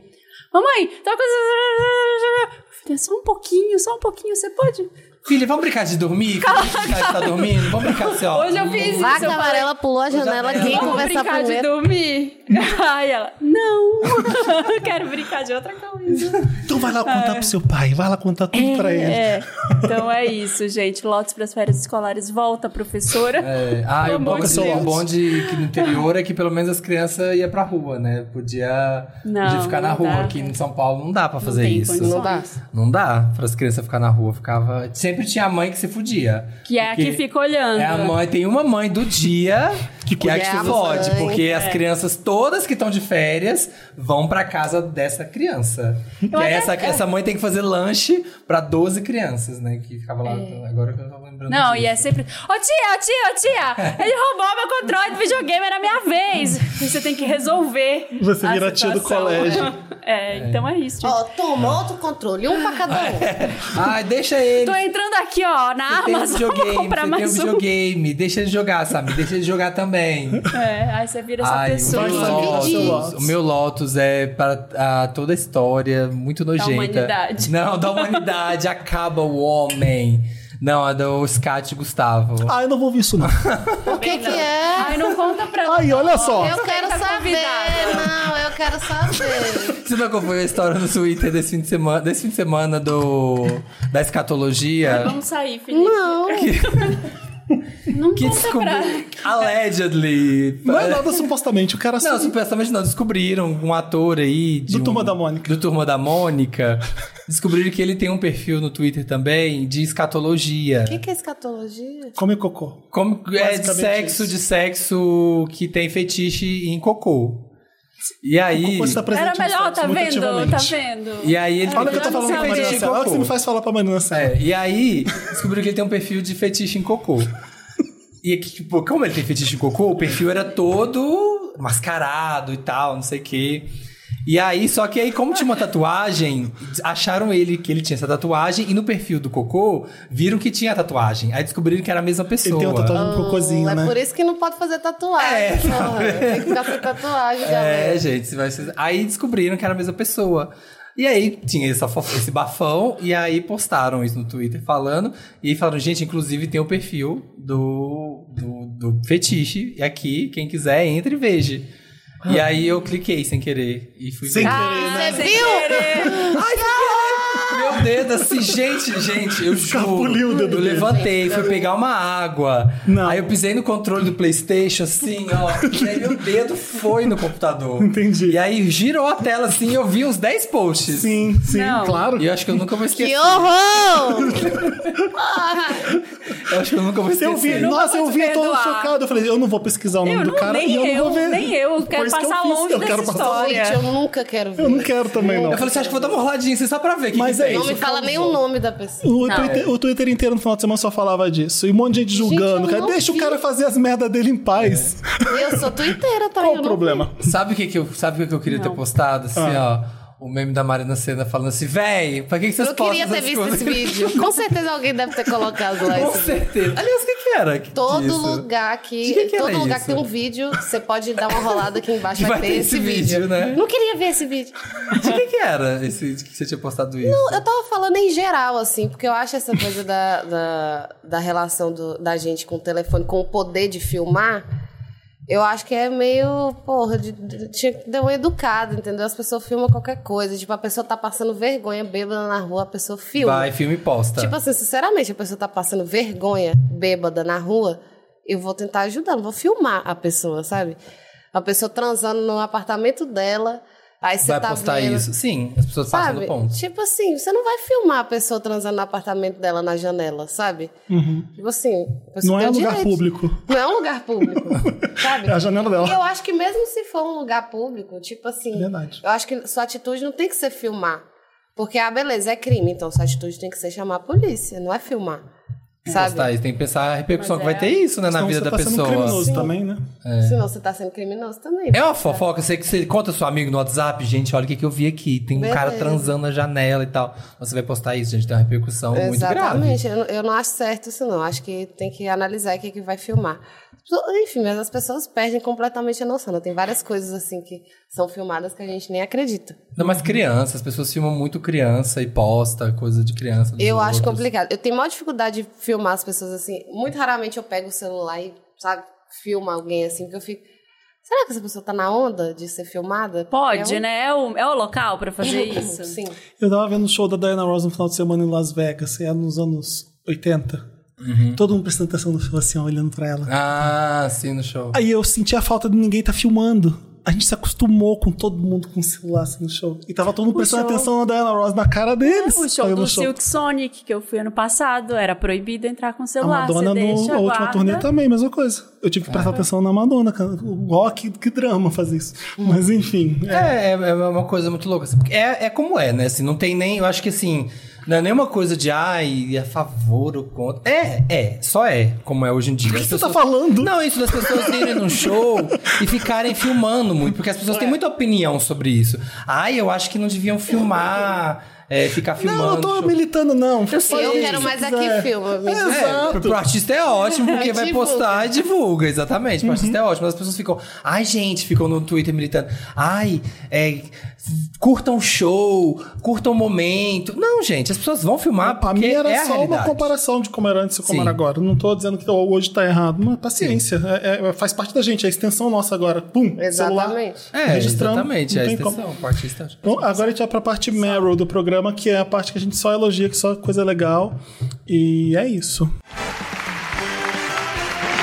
Mamãe, tá com Filha, só um pouquinho, só um pouquinho, você pode?
Filha, vamos brincar de dormir? Vamos brincar de estar tá dormindo? Vamos brincar assim, ó.
Hoje eu fiz isso.
Vaca
eu falei,
amarela pulou a
janela.
janela, quem
Vamos
Vamos
conversar
brincar de
primeiro?
dormir? *laughs* Aí ela, não, *laughs* quero brincar de outra coisa.
Então vai lá contar pro seu pai, vai lá contar tudo pra ele.
É, então é isso, gente. Lotes para as férias escolares. Volta, professora.
É, ah, e
Pelo
o bom,
amor de
assim, o
Deus.
bom de que no interior é que pelo menos as crianças iam pra rua, né? Podia,
Não,
podia ficar na
não
rua.
dá.
Aqui em São Paulo não dá pra fazer
tem
isso.
condições.
Não dá.
Não dá para as crianças ficar na rua, ficava. Sempre tinha a mãe que se fudia.
Que é a
Porque
que fica olhando.
É a mãe, tem uma mãe do dia que, é a que se
cuidava,
fode,
mãe.
porque
É.
as crianças todas que estão de férias vão pra casa dessa criança. E aí
até-
essa, essa mãe tem que fazer lanche pra 12 crianças, né? Que ficava lá. Agora que eu tô lembrando.
É. Não,
disso.
e é sempre. Ô tia, ô tia, ô tia! Ele roubou meu controle do videogame, era minha vez! E Você tem que resolver.
Você vira a tia do
situação.
colégio.
*laughs* É, então é isso, gente.
Ó, toma outro controle, um pra
Ah,
cada
é.
um.
Ai, deixa ele.
*laughs* Tô entrando aqui, ó, na
Tem um
Amazon. Vou
videogame,
comprar
você tem um
mais um.
videogame. Deixa ele jogar, sabe? Deixa ele jogar também.
É, aí você vira essa
Ai,
pessoa.
o, meu Lotus,
Dividir.
o meu Lotus é para ah, toda a história, muito nojenta. *laughs*
humanidade.
Não, da humanidade. acaba o homem. Não, é do Scat Gustavo.
Ah, eu não vou ouvir isso não.
O que que é?
Ai, não conta pra
Aí, olha só.
Eu
Você
quero
tá
saber,
convidada.
não, eu quero saber.
Você não acompanhou a história no Twitter desse fim de semana, desse fim de semana do, da escatologia?
Vamos sair, Felipe. Não. Não
Que
conta
descobriu.
pra.
Allegedly.
Não é nada supostamente, o cara
Não,
assim,
supostamente não. Descobriram um ator aí. de
Do
um-
Turma da Mônica.
Do Turma da
*laughs*
Mônica. Descobriram que ele tem um perfil no Twitter também de escatologia.
O que que é escatologia?
come cocô.
Como é de
Basicamente
sexo,
isso.
de sexo que tem fetiche em cocô. E aí.
Cocô está presente
Era
nos
melhor,
fatos,
tá
muito
vendo? Tá
ativamente.
vendo?
E aí ele
Olha o que eu
Melhor
tô falando
não
pra Marina
saber.
Sena. Olha o que você me faz falar pra Marina Sena.
É, e aí descobriram que ele tem um perfil de fetiche em cocô. E aqui, tipo, como ele tem fetiche em cocô, o perfil era todo mascarado e tal, não sei o quê. E aí, só que aí, como tinha uma tatuagem, acharam ele que ele tinha essa tatuagem, e no perfil do cocô, viram que tinha a tatuagem. Aí descobriram que era a mesma
Ele
pessoa.
tem uma tatuagem de cocôzinho,
é
né?
por isso que não pode fazer tatuagem.
É, tá
porra. Tem que ficar sem tatuagem,
É,
galera.
gente, você vai ser- aí descobriram que era a mesma pessoa. E aí tinha essa fof- esse bafão, e aí postaram isso no Twitter falando, e aí falaram, gente, inclusive tem o perfil do, do, do fetiche, e aqui, quem quiser, entre e veja. E aí eu cliquei sem querer, e fui
Sem
ver.
querer, né?
Você
Ah, sem
viu?
querer.
*laughs* Meu dedo, assim, gente, gente, eu
Escapuliu
juro.
o dedo
eu
dele.
levantei, fui pegar uma água.
Não.
Aí eu pisei no controle do Playstation, assim, ó. e aí meu dedo foi no computador.
Entendi.
E aí girou a tela, assim, e eu vi uns 10 posts.
Sim, sim,
Não.
claro.
E eu acho que assim, eu nunca vou esquecer.
Que horror!
Eu acho que eu nunca vou esquecer.
Eu vi,
não
nossa,
vou
eu
te
vi, eu tô
perdoar.
chocado. Eu falei, eu não vou pesquisar o nome
Eu
do
não-
cara
nem
e eu não vou
eu,
ver.
nem eu. Quero
Foi isso que
passar
fiz,
longe
eu
dessa
quero passar-
história.
Gente, eu nunca quero ver.
Eu não quero também, não.
Eu falei assim, acho que eu vou dar uma roladinha assim, só pra ver. o Que
Mas
que
é
tem.
Não me fala nem o nome da pessoa.
O Twitter, o Twitter inteiro no final de semana só falava disso. E um monte de gente julgando.
eu
cara.
não
Deixa
vi.
o cara fazer as merda dele em paz.
Eu sou twitteira tá também.
Qual
eu
o
não-
problema?
Sabe o que, que eu, sabe o que que eu queria ter postado? Assim,
Ah.
ó. O meme da Marina Senna falando assim, véi, pra que, que vocês
Eu queria
postam essas
ter visto
coisas?
esse
*laughs*
vídeo. Com certeza alguém deve ter colocado lá
Com
esse vídeo.
certeza. Aliás, o que que era? que-
Todo
disso?
lugar que,
De que que era
todo lugar
isso?
que tem um vídeo, você pode dar uma rolada
*laughs*
aqui embaixo,
Que
vai, ter esse vídeo.
né?
Não queria ver esse vídeo.
*laughs* De que que era esse de que você tinha postado isso?
Eu tava falando em geral, assim, porque eu acho essa coisa da, da, da relação do- da gente com o telefone, com o poder de filmar, eu acho que é meio, porra, de, de, tinha que dar uma educada, entendeu? As pessoas filmam qualquer coisa. Tipo, a pessoa tá passando vergonha bêbada na rua, a pessoa filma.
Vai, tá. filme e posta.
Tipo assim, sinceramente, a pessoa tá passando vergonha, bêbada na rua, eu vou tentar ajudar, não vou filmar a pessoa, sabe? A pessoa transando no apartamento dela, aí você
Vai
tá
postar
vendo,
isso. Sim, as pessoas passam do
sabe?
ponto.
Tipo assim, você não vai filmar a pessoa transando no apartamento dela na janela, sabe? Tipo assim, a pessoa
Uhum. Não
tem
é
o
um lugar
direito.
público.
Não é um lugar
*laughs*
público, sabe?
É a janela dela.
Eu acho que mesmo se for um lugar público, tipo assim,
Verdade.
eu acho que sua atitude não tem que ser filmar. Porque, ah, beleza, é crime, então sua atitude tem que ser chamar a polícia, não é filmar. Sabe?
postar isso. Tem que pensar a repercussão
Mas
que
é.
vai ter isso, né, na
Senão
vida
você
da
tá sendo
pessoa.
criminoso também, né?
Senão você tá sendo criminoso também.
É uma fofoca, você, você conta seu amigo no WhatsApp, gente, olha o que, que eu vi aqui. Tem um
Beleza.
cara transando na janela e tal. Você vai postar isso, gente, tem uma repercussão muito grave.
Exatamente. Eu, não- eu não acho certo isso, não. Acho que tem que analisar o que, que vai filmar. Enfim, mas as pessoas perdem completamente a noção. né? Tem várias coisas assim que são filmadas que a gente nem acredita.
Não, mas criança, as pessoas filmam muito criança e posta, coisa de criança. dos
Eu acho
outros.
complicado. Eu tenho maior dificuldade de filmar as pessoas assim. Muito raramente eu pego o celular e, sabe, filma alguém assim, porque eu fico. Será que essa pessoa tá na onda de ser filmada?
Pode,
É um-
né? É o, é o local pra fazer isso.
*laughs* Sim.
Eu tava vendo o show da Diana Ross no final de semana em Las Vegas, era nos anos 80.
Uhum.
Todo mundo prestando atenção no show, assim, ó, olhando pra ela.
Ah, sim, no show.
Aí eu senti a falta de ninguém tá filmando. A gente se acostumou com todo mundo com o celular assim, no show. E tava todo mundo
O
prestando
show- É,
atenção na Diana Ross, na cara deles.
O show
Aí
do
no
Silk Sonic, que eu fui ano passado, era proibido entrar com
A
celular.
Madonna
você
no,
deixa,
na última
guarda.
turnê tá? também, mesma coisa. Eu tive que prestar atenção na Madonna. cara. O rock, que drama fazer isso. Mas enfim. é.
É, é, é uma coisa muito louca. assim, porque É, é como é, né? Assim, não tem nem. Eu acho que assim. Não é nenhuma coisa de, ai, a favor ou contra. É, é. Só é como é hoje em dia.
que
As
você tá falando?
Não, isso das pessoas irem num
*laughs*
show e ficarem filmando muito. Porque as pessoas
É.
têm muita opinião sobre isso. Ai, eu acho que não deviam filmar, é, ficar filmando.
Não, eu tô
show.
militando, não.
Eu sei.
Eu
Sim,
quero
se
mais é
quiser.
aqui filma. me diz.
É, pro, pro artista é ótimo, porque vai
Divulga.
postar e divulga, exatamente. Pro artista é ótimo, mas as pessoas ficam. Ai, gente, ficam no Twitter militando. Ai, é, curtam o show, curtam o momento. Não, gente, as pessoas vão filmar
Pra
porque
mim era
é a
só uma
realidade.
comparação de como era antes e como
Sim.
era agora. Não tô dizendo que hoje tá errado, mas paciência. É- é- faz parte da gente, é a extensão nossa agora. Pum,
Exatamente.
celular,
É,
registrando.
exatamente,
não
é a
tem
extensão.
como.
pro artista. é
Bom, agora a gente vai pra parte Meryl do programa, que é a parte que a gente só elogia, que só é coisa legal. E é isso.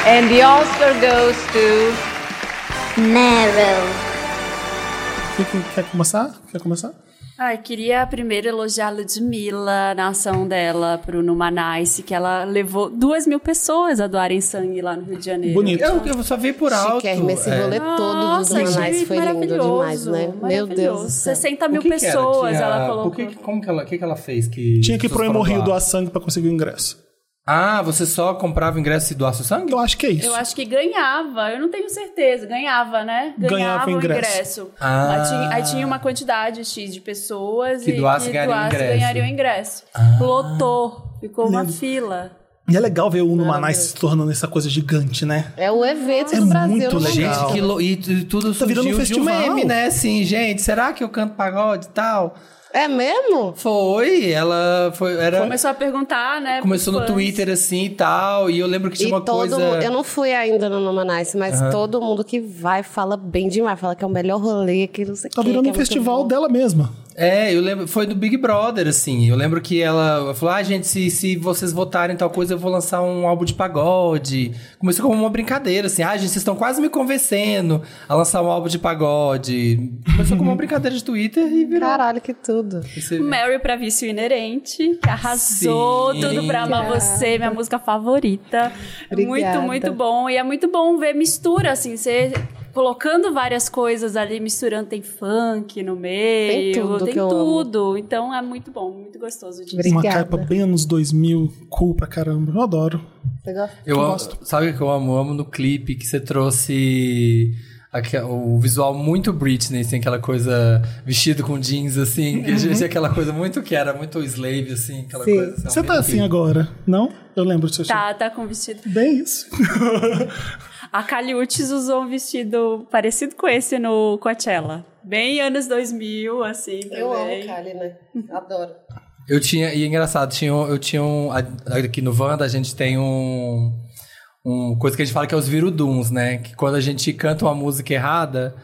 And the Oscar goes to.
Meryl.
Quem- quem- Quer começar? Quer começar?
Ai, queria primeiro elogiar a Ludmilla na ação dela pro Numa Nice, que ela levou duas mil pessoas a doarem sangue lá no Rio de Janeiro.
Bonito.
É, Eu, eu só vi por alto.
Chiquérrimo, esse
é.
rolê todo dos
Nossa,
Manais
gente,
foi lindo
maravilhoso,
demais, né? Meu Deus
maravilhoso.
do céu.
60
O
mil
que que era
pessoas
que a-
ela colocou.
Por que, como que ela, o que, que ela fez? Que
Tinha que ir
as
pro
pessoas foram
Hemorrio
doar?
doar sangue pra conseguir o ingresso.
Ah, você só comprava o ingresso e doasse o sangue?
Eu acho que é isso.
Eu acho que ganhava, eu não tenho certeza. Ganhava, né?
Ganhava o ingresso.
Ah.
Aí, tinha, aí tinha uma quantidade X de pessoas
Que
e
doasse,
que
ganharia o
doasse
ingresso.
ganharia o ingresso.
Ah.
Lotou, ficou uma fila.
E é legal ver o Numanais se tornando essa coisa gigante, né?
É o evento
É
do Brasil. né,
muito
no
legal.
momento.
Gente, que lo... e t- tudo
Tá virando um
surgiu de um
festival.
meme, né? Assim, gente, será que eu canto pagode e tal?
É mesmo?
Foi, ela foi, era...
Começou a perguntar, né?
começou no
pros fãs.
Twitter assim e tal, e eu lembro que tinha
E
uma
todo
coisa...
mundo, eu não fui ainda no Numanice, mas todo mundo que vai fala bem demais, fala que é o melhor rolê, que não sei o
Tá
quê,
virando
que é
um
muito
festival
bom.
dela mesma.
É, eu lembro, foi do Big Brother, assim, eu lembro que ela falou, ah, gente, se, se vocês votarem em tal coisa, eu vou lançar um álbum de pagode. Começou como uma brincadeira, assim, ah, gente, vocês estão quase me convencendo a lançar um álbum de pagode. Começou como uma brincadeira de Twitter e virou...
Caralho, que tudo.
esse-
Mary pra vício inerente, que arrasou
Sim.
tudo pra amar você, minha música favorita.
Obrigada.
Muito, muito bom. E é muito bom ver mistura, assim, você colocando várias coisas ali, misturando, tem funk no meio,
Tem tudo que eu
tudo. Então é muito bom, muito gostoso de
Uma
Obrigada.
capa bem anos 2000, cool pra caramba. Eu adoro.
Você gosta?
Eu amo, sabe o que eu amo? Eu amo no clipe que você trouxe aque- o visual muito Britney, assim, aquela coisa vestido com jeans, assim, que
Uhum.
tinha aquela coisa muito que era muito slave, assim, aquela
Sim.
coisa. Assim,
Você
ao
tá
mesmo
assim
tempo.
agora, não? Eu lembro do seu
Tá, tá com vestido.
Bem isso. *laughs*
A Caliutes usou um vestido parecido com esse no Coachella. Bem anos 2000, assim, também.
Eu amo
*laughs*
Kali, né? Adoro.
Eu tinha, e é engraçado, tinha, um- eu tinha um. a- Aqui no Wanda a gente tem um. Um coisa que a gente fala que é os viruduns, né? Que quando a gente canta uma música errada.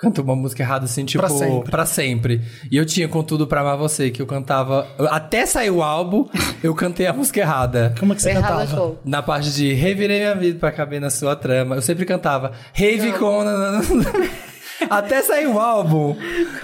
Canta uma música errada assim, tipo.
Pra sempre.
pra sempre. E eu tinha Contudo Pra Amar Você, que eu cantava. eu- Até sair o
*laughs*
álbum, eu cantei a música errada.
Como é que você
Errado
cantava?
show.
Na parte de revirei minha vida pra caber na sua trama, eu sempre cantava Rave com. nananana". *laughs* Até sair o
*laughs*
álbum.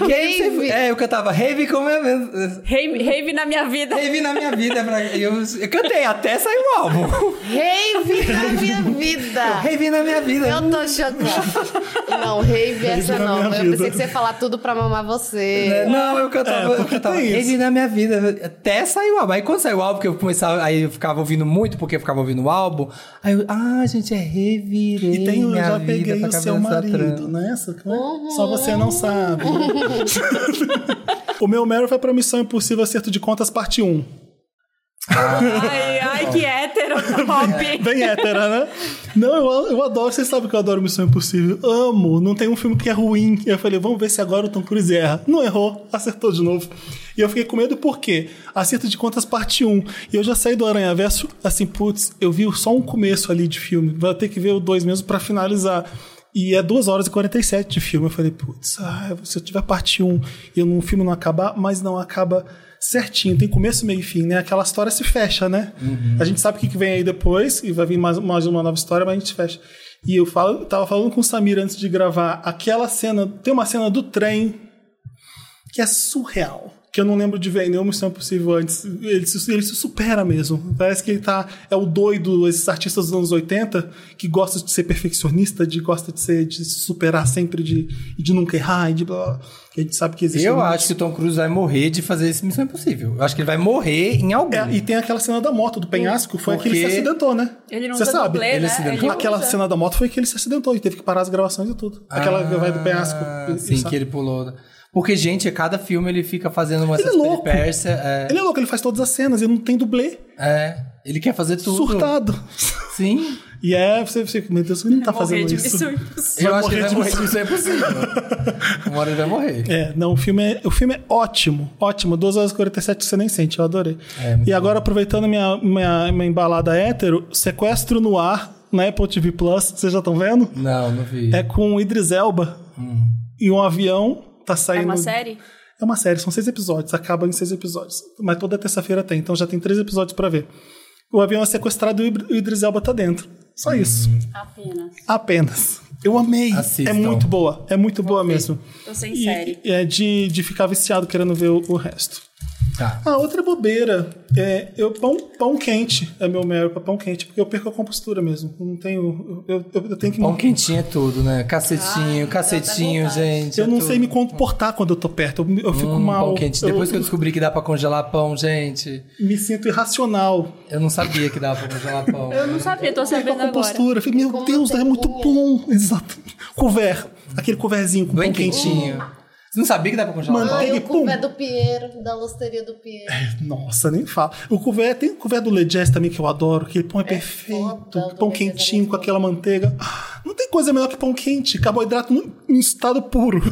Quem
Rave.
você- É, eu cantava rave como é mesmo.
Rave rave na minha
*laughs*
vida.
Rave na minha vida. pra- Eu, eu cantei até sair o álbum.
*laughs*
Rave na minha vida.
Rave na minha vida.
Tá. Eu tô chocada. Não, rave é essa
na
não.
minha
né? Eu pensei
vida. Né,
que você ia falar tudo pra mamar
É,
você.
Não, eu cantava,
É,
eu
porque
cantava
tem isso.
Rave na minha vida. Até saiu o álbum. Aí quando saiu o álbum, que eu começava, aí eu ficava ouvindo muito, porque eu ficava ouvindo o álbum. Aí eu, ah, gente, é revirei
E tem o
minha
Já
vida
Peguei
pra
o Seu
cabeça
Marido,
trans.
né? Essa- como é?
Uhum.
Só você não
*laughs*
sabe. *laughs* o meu Meryl foi pra Missão Impossível Acerto de Contas, parte 1.
Ai, ai, que hétero, top.
Bem hétera, né? Não, eu, eu adoro. Vocês sabem que eu adoro Missão Impossível. Amo. Não tem um filme que é ruim. Eu falei, vamos ver se agora o Tom Cruise erra. Não errou. Acertou de novo. E eu fiquei com medo por quê? Acerto de contas parte 1. E eu já saí do Aranha Verso, assim, putz, eu vi só um começo ali de filme. Vai ter que ver o dois mesmo pra finalizar. E é 2 horas e 47 de filme. Eu falei, putz, ah, se eu tiver parte 1 e eu não- o filme não acabar, mas não acaba certinho, tem começo, meio e fim, né? Aquela história se fecha, né? A gente sabe o que que vem aí depois, e vai vir mais, mais uma nova história, mas a gente fecha. E eu falo, eu tava falando com o Samir antes de gravar, aquela cena, tem uma cena do trem que é surreal. Que eu não lembro de ver em nenhuma Missão Impossível antes. Ele se, ele se supera mesmo. Parece que ele tá. É o doido, esses artistas dos anos 80, que gosta de ser perfeccionista, de gosta de ser de se superar sempre, de, de nunca errar, e de blá, blá, blá. Que a gente sabe que existe.
Eu
um-
acho que o Tom Cruise vai morrer de fazer esse Missão Impossível. Eu acho que ele vai morrer em algum.
É, e tem aquela cena da moto, do penhasco, foi
Porque
aquele que ele se acidentou, né?
Ele não
Você
usa
sabe?
dublê, né?
ele se deu-
Ele
Aquela
usa.
cena da moto foi que ele se acidentou e teve que parar as gravações e tudo. Aquela
Ah,
que vai do penhasco. e- e
Sim,
sabe?
que ele pulou. Porque, gente, a cada filme ele fica fazendo uma
Ele é louco.
peripécia. É,
Ele é louco, ele faz todas as cenas, ele não tem dublê.
é, ele quer fazer tudo.
Surtado.
Sim.
E é, você fica, meu Deus, ele não tá
Morrer
fazendo
de
isso.
*laughs*
missões.
eu acho que ele vai
morrer
morrer
de
de Missão
*laughs*
Impossível. Uma hora ele vai morrer.
É, não, o filme é, o filme é ótimo, ótimo. 2 horas e 47 você nem sente, eu adorei. e agora, aproveitando minha, minha, minha embalada hétero, Sequestro no Ar, na Apple TV Plus, vocês já estão vendo?
Não, não vi.
É com o Idris Elba e um avião tá
É
saindo.
uma série?
É uma série, são seis episódios, acaba em seis episódios. Mas toda terça-feira tem, então já tem três episódios pra ver. O avião é sequestrado e o Ibr- o Idris Elba tá dentro. Só isso.
Apenas.
Apenas. Eu amei.
Assistam.
É muito boa. É muito boa mesmo.
Tô sem
E-
série.
e É de, de ficar viciado querendo ver o, o resto.
Tá.
Ah, outra bobeira. É, eu pão, pão quente é meu mero pra pão quente, porque eu perco a compostura mesmo. Eu não tenho. Eu, eu- eu tenho que.
Pão quentinho é tudo, né? Cacetinho, cacetinho, gente.
Eu
é
não
tudo.
sei me comportar quando eu tô perto. Eu, eu fico
Hum,
mal.
Pão quente. Depois que eu
eu,
descobri que dá pra congelar pão, gente,
me sinto irracional.
eu não sabia que dava pra congelar pão.
Eu não sabia, tô
Perco
sabendo
a
agora.
compostura. Eu fico, Meu Deus, é muito bom. *laughs* Exato. Couvert. Aquele couvertzinho com
Bem
pão quentinho.
quentinho. Você não sabia que dá pra congelar
Mano,
pão?
Ai,
Pega e
o cu
pum.
é do Pinheiro, da losteria do Pinheiro.
Nossa, nem fala. O couvert, tem o couvert do Le Jazz também que eu adoro, que pão é, perfeito,
foda, o do
pão
Le Jazz é
quentinho
muito
com
bom.
aquela manteiga. Ah, Não tem coisa melhor que pão quente, carboidrato no- em estado
*laughs*
puro.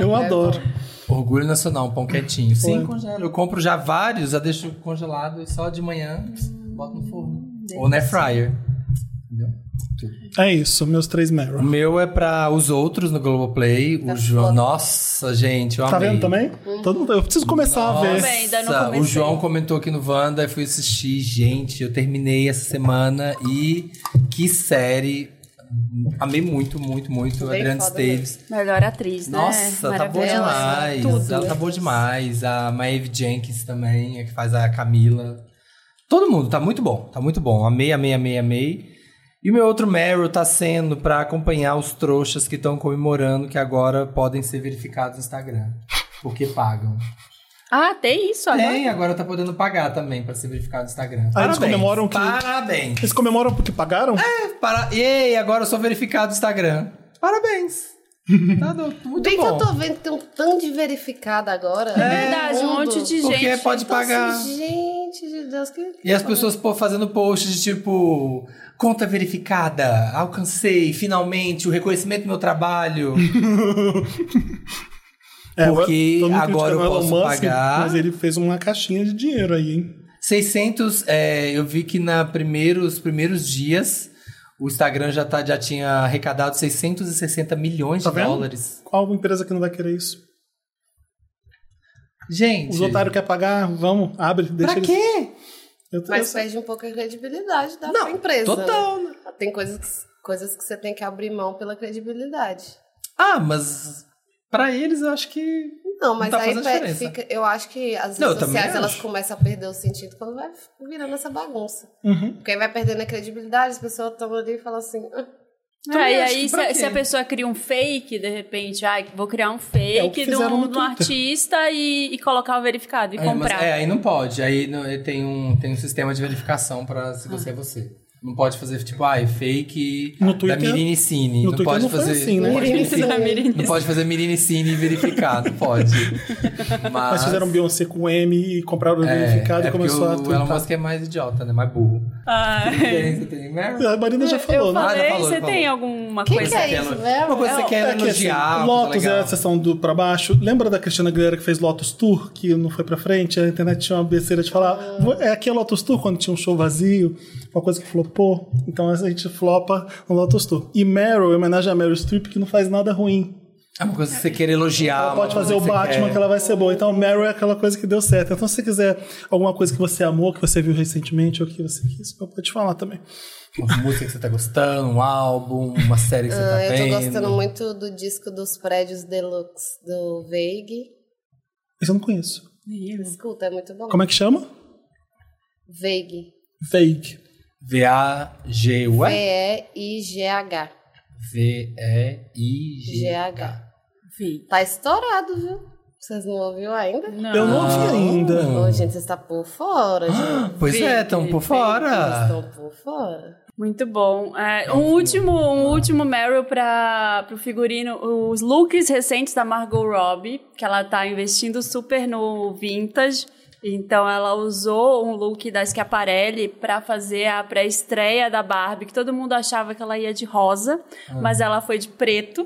eu
É
adoro.
Orgulho nacional, um pão quentinho. Sim, congelo. Eu compro já vários, já deixo congelado e só de manhã boto no forno. Ou na air fryer. Entendeu?
É isso, meus três
O
Meryl.
meu é pra os outros no Globoplay.
Tá
O João. Nossa, gente, eu
Tá
amei.
vendo também?
Uhum.
Todo mundo- eu preciso começar a
Nossa,
ver.
ainda não comecei.
o João comentou aqui no Wanda, eu fui assistir, gente, eu terminei essa semana e que série. Amei muito, muito, muito a
Bem
Adriana
foda
Esteves.
Melhor atriz, né?
Nossa, tá boa
Maravilhosa.
demais.
Tudo.
Ela tá boa demais. A Maeve Jenkins também, a que faz a Camila. Todo mundo, tá muito bom. Tá muito bom. Amei, amei, amei, amei. E o meu outro Meryl tá sendo pra acompanhar os trouxas que estão comemorando que agora podem ser verificados no Instagram. Porque pagam.
Ah, tem isso agora?
Tem, agora tá podendo pagar também pra ser verificado no Instagram.
Ah, eles comemoram que-
Parabéns.
Eles comemoram porque pagaram?
É.
Para... Ei, agora eu sou verificado no Instagram. Parabéns. tá do- muito
Bem que
bom.
eu tô vendo que tem um tanto de verificado agora. né?
É verdade, um monte de
Porque
gente.
pode pagar.
assim, gente de Deus, que.
E as pessoas pô, fazendo posts de tipo, conta verificada, alcancei finalmente o reconhecimento do meu
*laughs*
trabalho.
É,
Porque
todo mundo
agora eu
criticando o
posso
Elon
pagar.
Mas ele fez uma caixinha de dinheiro aí, hein?
600, é, eu vi que na primeiros, primeiros dias o Instagram já, tá, já tinha arrecadado 660 milhões
Tá
de
vendo?
dólares.
Qual empresa que não vai querer isso?
Gente,
Os otários querem pagar, vamos, abre, deixa
pra
eles.
quê?
Eu- eu-
Mas perde um pouco a credibilidade da
Não,
empresa. né?
Total, né?
Tem coisas que, coisas que você tem que abrir mão pela credibilidade.
Ah, mas pra eles eu acho que.
Não, mas
tá
aí
fazendo
pe-
diferença.
fica. Eu acho que as redes
Não, eu também
sociais elas
acho.
começam a perder o sentido quando vai virando essa bagunça.
Uhum.
Porque aí vai perdendo a credibilidade, as pessoas estão ali e falam assim. "Ah,
Ah, e
acho que
aí, se,
pra
a-
quê?
se a pessoa cria um fake, de repente, ah, vou criar um
É o que
fake de
fizeram
um,
no
de um
Twitter.
artista e, e colocar o verificado e
Aí, mas-
comprar. *laughs*
é, aí não pode. Aí não- aí tem, um, tem um sistema de verificação pra se
Ah.
você é você. Não pode fazer, tipo, ah, é fake
No
da
Twitter-
Mirinicine.
no
não
Twitter
pode
não foi
fazer.
assim, né?
não, pode
*laughs*
Mirinice
verificar-
da
*laughs*
Mirinice.
não pode fazer Mirinicine e verificar, não pode. Mas,
*laughs* Mas fizeram Beyoncé com M e compraram o verificado
Ah, é
e começou
porque
a
O Elon
twittar.
Musk é mais idiota, né? Mais burro.
Ah, *laughs*
É.
Você tem né? Meryl?
É, A Marina já
eu
falou, né?
Ah, já
falei,
falou,
você
já
tem
falou.
alguma
Quem
coisa?
que é isso, velho?
Uma coisa que você
É,
quer
É que, assim,
elogiar. uma coisa
Lotus
tá legal.
era a sessão do pra baixo. Lembra da Cristina Aguilera que fez Lotus Tour, que não foi pra frente? A internet tinha uma besteira de falar. É aqui é Lotus Tour, quando tinha um show vazio, uma coisa que flopou. Então a gente flopa no Lotus Tour. E Meryl, em homenagem a Meryl Streep, que não faz nada ruim.
É uma coisa que você quer elogiar.
Ela
uma
pode
coisa
fazer o
que você
Batman,
quer.
que ela vai ser boa. Então Meryl é aquela coisa que deu certo. Então se você quiser alguma coisa que você amou, que você viu recentemente, ou que você quis, eu posso te falar também.
Uma música que você tá gostando, um álbum, uma série que você tá
Ah, eu tô
vendo.
gostando muito do disco dos prédios deluxe do Veig.
Isso eu não conheço.
Escuta, é muito bom.
Como é que chama?
Veig.
Vague.
V-A-G, ué?
V-E-I-G-H.
V-E-I-G-H.
G-H. Tá estourado, viu? Vocês não ouviram ainda?
Não.
Eu não ouvi ainda. Ah,
Ô, gente, vocês estão por fora, gente.
*gasps* Pois é,
Vê,
tão por
vê,
Vocês
fora.
estão por fora.
Muito bom. É, um último, um último Meryl para o figurino. Os looks recentes da Margot Robbie, que ela tá investindo super no vintage. Então ela usou um look da Schiaparelli para fazer a pré-estreia da Barbie, que todo mundo achava que ela ia de rosa,
Uhum.
mas ela foi de preto.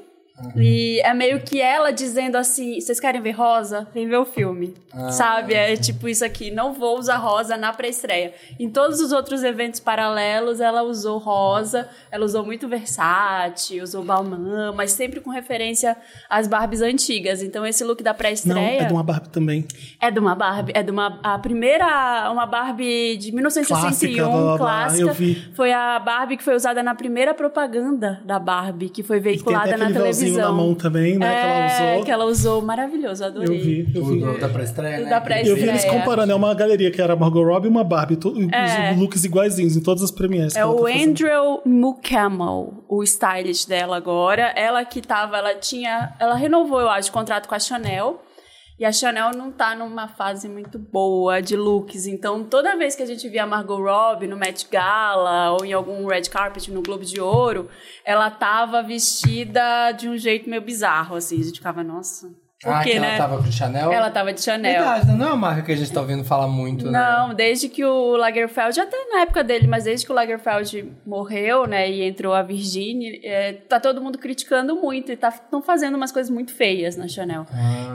E é meio que ela dizendo assim: vocês querem ver rosa? Vem ver o filme.
Ah,
Sabe? É tipo isso aqui: não vou usar rosa na pré-estreia. Em todos os outros eventos paralelos, ela usou rosa, ela usou muito Versace, usou Balmain, mas sempre com referência às Barbies antigas. Então esse look da
Não,
pré-estreia.
é de uma Barbie também.
É de uma Barbie, é de uma a primeira uma Barbie de 1961
Clássica, blá, blá, blá,
assim, clássica.
eu vi.
Foi a Barbie que foi usada na primeira propaganda da Barbie, que foi
E tem até
veiculada na
aquele véuzinho
televisão.
na mão também, né? que
É,
ela usou.
que ela usou, maravilhoso, adorei.
Eu um- vi, eu vi.
O da pré-estreia, né?
Da pré-estreia.
Eu vi eles comparando, é uma galeria que era Margot Robbie e uma Barbie, to- os looks iguaizinhos em todas as premieres. que
É
ela tá
o
fazendo.
Andrew Mucamel, o stylist dela agora. Ela que tava, ela tinha, ela renovou, eu acho, o contrato com a Chanel. E a Chanel não tá numa fase muito boa de looks. Então, toda vez que a gente via a Margot Robbie no Met Gala ou em algum red carpet no Globo de Ouro, ela tava vestida de um jeito meio bizarro, assim. A gente ficava, nossa, por
Ah,
quê,
que
né?
ela tava com Chanel?
Então,
Ela tava de Chanel.
Verdade, não é uma marca que a gente tá ouvindo falar muito, né?
Não, desde que o Lagerfeld, até na época dele, mas desde que o Lagerfeld morreu, né, e entrou a Virginie, é, tá todo mundo criticando muito e tá estão fazendo umas coisas muito feias na Chanel.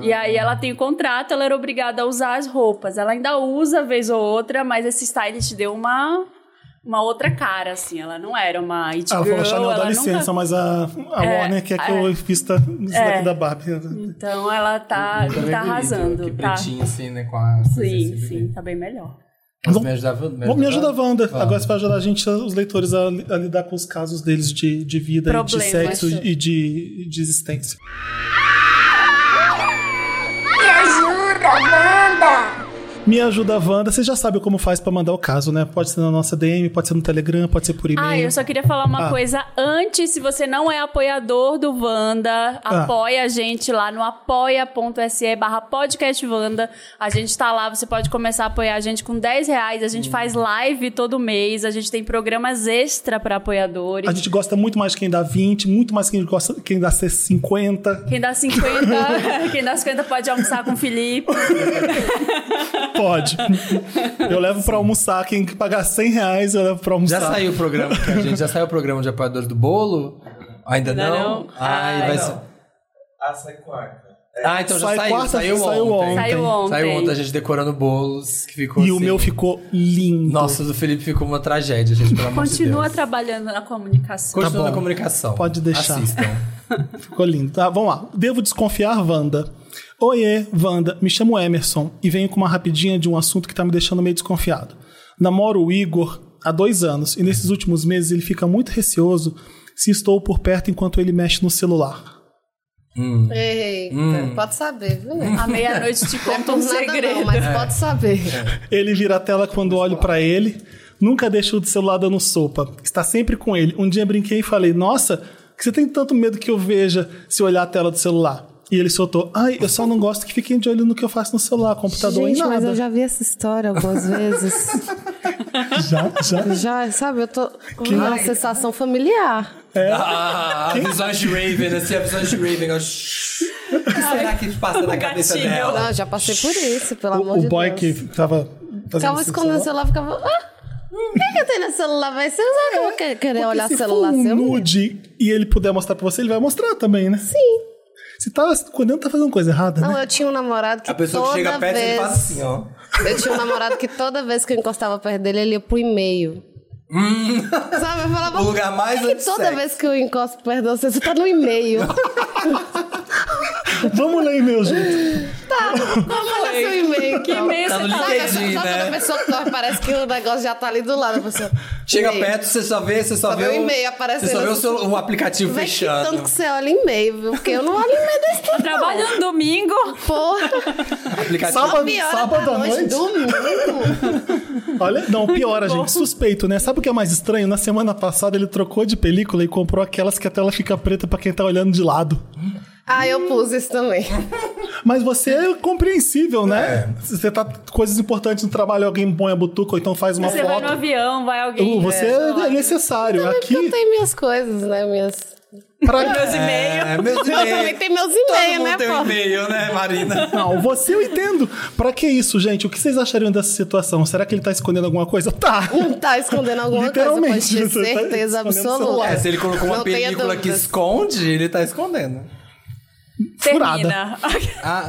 E aí ela tem o contrato, ela era obrigada a usar as roupas. Ela ainda usa vez ou outra, mas esse stylist deu uma uma outra cara assim, ela não era uma it
Ah, Ela
girl,
falou, Chanel, dá
ela
licença,
nunca...
mas a, a
É,
Warner quer que
é.
eu vista isso daqui da Barbie.
Então ela tá
Nunca vi
tá
bonito,
arrasando,
Que
tá.
pretinho assim, né? Com a...
Sim, sim, tá bem melhor.
Mas
Vamos-
me ajudava, me
Bom, me ajuda,
ajudava?
Wanda.
Vamos.
Agora você vai ajudar a gente, os leitores, a, li- a lidar com os casos deles de, de vida, e de
Problemas.
sexo e de, de existência.
Me ajuda, Wanda!
Me ajuda, Wanda. Você já sabe como faz pra mandar o caso, né? Pode ser na nossa DM, pode ser no Telegram, pode ser por e-mail.
Ah, eu só queria falar uma
Ah.
coisa antes. Se você não é apoiador do Wanda,
Ah.
apoia a gente lá no apoia.se barra podcast Wanda. A gente tá lá, você pode começar a apoiar a gente com 10 reais. A gente
Hum.
faz live todo mês, a gente tem programas extra pra apoiadores.
A gente gosta muito mais de quem dá 20, muito mais quem gosta quem dá 50.
Quem dá 50,
*laughs*
quem dá 50 pode almoçar com o Felipe. *laughs*
Pode. Eu levo pra almoçar. Quem pagar 100 reais, eu levo pra almoçar.
Já saiu o
*laughs*
programa, que a gente já saiu o programa de apoiadores do bolo? Ainda
Ainda
não?
não.
Ai,
Ai,
vai
não.
ser.
Ah, sai quarta.
Ah, então já
Sai
saiu,
quarta,
saiu,
saiu
ontem.
ontem.
Saiu ontem.
Saiu ontem a gente decorando bolos, que ficou
E o
assim-
meu ficou lindo.
Nossa, o do Felipe ficou uma tragédia, gente, pelo amor de Deus.
Continua trabalhando na comunicação.
Continua
Tá bom.
na comunicação.
Pode deixar.
Assistam.
Ficou lindo. Tá, vamos lá. Devo desconfiar, Wanda. Oiê, Wanda. Me chamo Emerson e venho com uma rapidinha de um assunto que tá me deixando meio desconfiado. Namoro o Igor há dois anos e nesses últimos meses ele fica muito receoso se estou por perto enquanto ele mexe no celular. Hum.
Eita, pode saber, viu?
À meia-noite te
*laughs* Não é
conto
por
um
nada
segredo.
não, mas
É.
pode saber.
Ele vira a tela quando olho pra ele. Nunca deixo o celular dando sopa. Está sempre com ele. Um dia brinquei e falei: Nossa, que você tem tanto medo que eu veja se olhar a tela do celular? E ele soltou: Ai, eu só não gosto que fiquem de olho no que eu faço no celular, computador e
Gente,
Tá nada.
mas eu já vi essa história algumas vezes.
*laughs* já, já.
já, sabe, eu tô com uma
Ai.
sensação familiar.
É.
*laughs* Ah, visões de Raven, assim, a visões de Raven. ó, shhh. O que será que passa na cabeça
Gatilho.
dela?
Não, já passei por isso, pelo
É O,
amor
o
de
boy
Deus.
que tava. fazendo
Ficava
isso no
escondendo o
assim celular.
celular, ficava. Ah, o que, é que eu tenho no celular? Vai ser usar que eu vou que- querer olhar
É, se
celular
for um
seu?
nude e ele puder mostrar pra você, ele vai mostrar também, né? Sim. Se tá escondendo, tá fazendo coisa errada,
Não,
né?
eu tinha um namorado que
A pessoa
toda
que chega perto, ele
vez.
faz assim, ó.
Eu tinha um namorado que toda vez que eu encostava perto dele, ele ia pro e-mail. Sabe? Eu falava.
Hum. O lugar mais
"Por que que toda
unissex."
vez que eu encosto perto de você, você tá no e-mail.
Vamos ler e-mail junto.
Olha seu e-mail.
Que
então.
e-mail
Tá
você
no
tá
Sabe,
LinkedIn.
sabe quando a
né?
pessoa corre, parece que o negócio já tá ali do lado. A pessoa,
Chega
e-mail.
perto, você só vê, você só
Só
vê
vê o
o-
e-mail aparecendo.
Você
assim.
só vê o, seu, o aplicativo
Vê que
fechando.
tanto que você olha e-mail, viu? Porque eu não olho e-mail desse tempo.
Trabalho no um domingo.
Porra.
Um Aplicativo.
Sábado,
Nove horas
sábado
da
à
noite,
noite.
domingo.
Olha, não, piora,
Muito bom.
gente. Suspeito, né? Sabe o que é mais estranho? Na semana passada ele trocou de película e comprou aquelas que a tela fica preta pra quem tá olhando de lado.
Ah, eu pus isso *laughs* também.
Mas você é compreensível, né? Se Você tá coisas importantes no trabalho, alguém põe a butuca ou então faz uma
Você vai no
foto.
avião, vai alguém. né?
Você
sei lá.
é necessário.
Porque eu
Aqui,
tenho minhas coisas, né? Minhas...
pra...
Meus e-mails.
É, meus
Eu também
e-mails.
tenho meus
Todo
e-mails,
mundo
né,
tem um
pô?
e-mail, né, Marina?
Não, você eu entendo. Pra que isso, gente? O que vocês achariam dessa situação? Será que ele tá escondendo alguma coisa? *laughs* Tá!
*laughs* Tá escondendo alguma coisa, pode
Literalmente,
ter
você tá
certeza
escondendo o
absoluta.
celular.
É, se ele colocou uma
Não tenha
película que
dúvidas.
esconde, ele tá escondendo.
é
Termina. *laughs*
*laughs* Ah,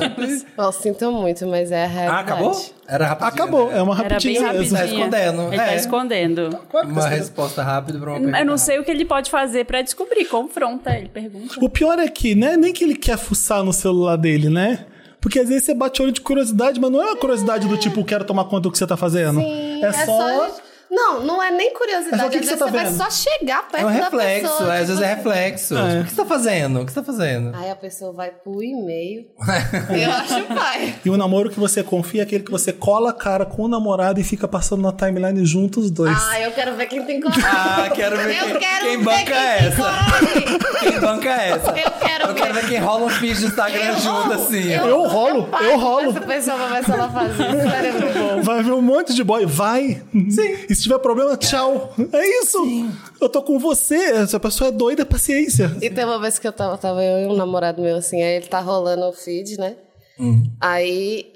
Eu sinto muito, mas é a realidade.
ah, acabou? Era rapidinho. né?
Acabou, é uma
Era bem
rapidinha.
rapidinho.
mesmo.
escondendo,
Ele tá
é.
escondendo.
Uma resposta rápida pra uma pergunta.
Eu não sei o que ele pode fazer pra descobrir. Confronta ele, pergunta.
O pior é que, né? Nem que ele quer fuçar no celular dele, né? Porque às vezes você bate olho de curiosidade, mas não é uma curiosidade do tipo, quero tomar conta do que você tá fazendo.
Sim,
é, só.
Não, não é nem curiosidade.
É só o que
às
que
vezes
você tá
vai
vendo?
só chegar perto
É um
da
reflexo,
pessoa.
às
tipo
vezes é
assim.
reflexo.
É.
Tipo, o que você tá fazendo? O que você tá
*laughs*
fazendo?
Aí a pessoa vai pro e-mail.
*laughs*
eu acho pai.
E o namoro que você confia é aquele que você cola a cara com o namorado e fica passando na timeline junto os dois.
Ah, eu quero ver quem tem coragem.
Ah, quero ver
eu
quem-
quero
quem
ver
banca é
quem
essa.
Tem coragem.
Quem banca é essa?
Eu quero
Eu quero ver quem rola um feed do Instagram
Eu
junto,
amo,
assim. ó.
eu rolo,
Pai,
eu rolo.
Essa pessoa vai ver se
*laughs*
ela faz isso. né? Sério, meu bom.
Vai ver um monte de boy, vai. Sim. E se tiver problema, tchau. É isso. Eu tô com você. Essa pessoa é doida, paciência.
*laughs* E tem Então, uma vez que eu tava, tava eu e um namorado meu assim, aí ele tá rolando o feed, né?
Hum.
Aí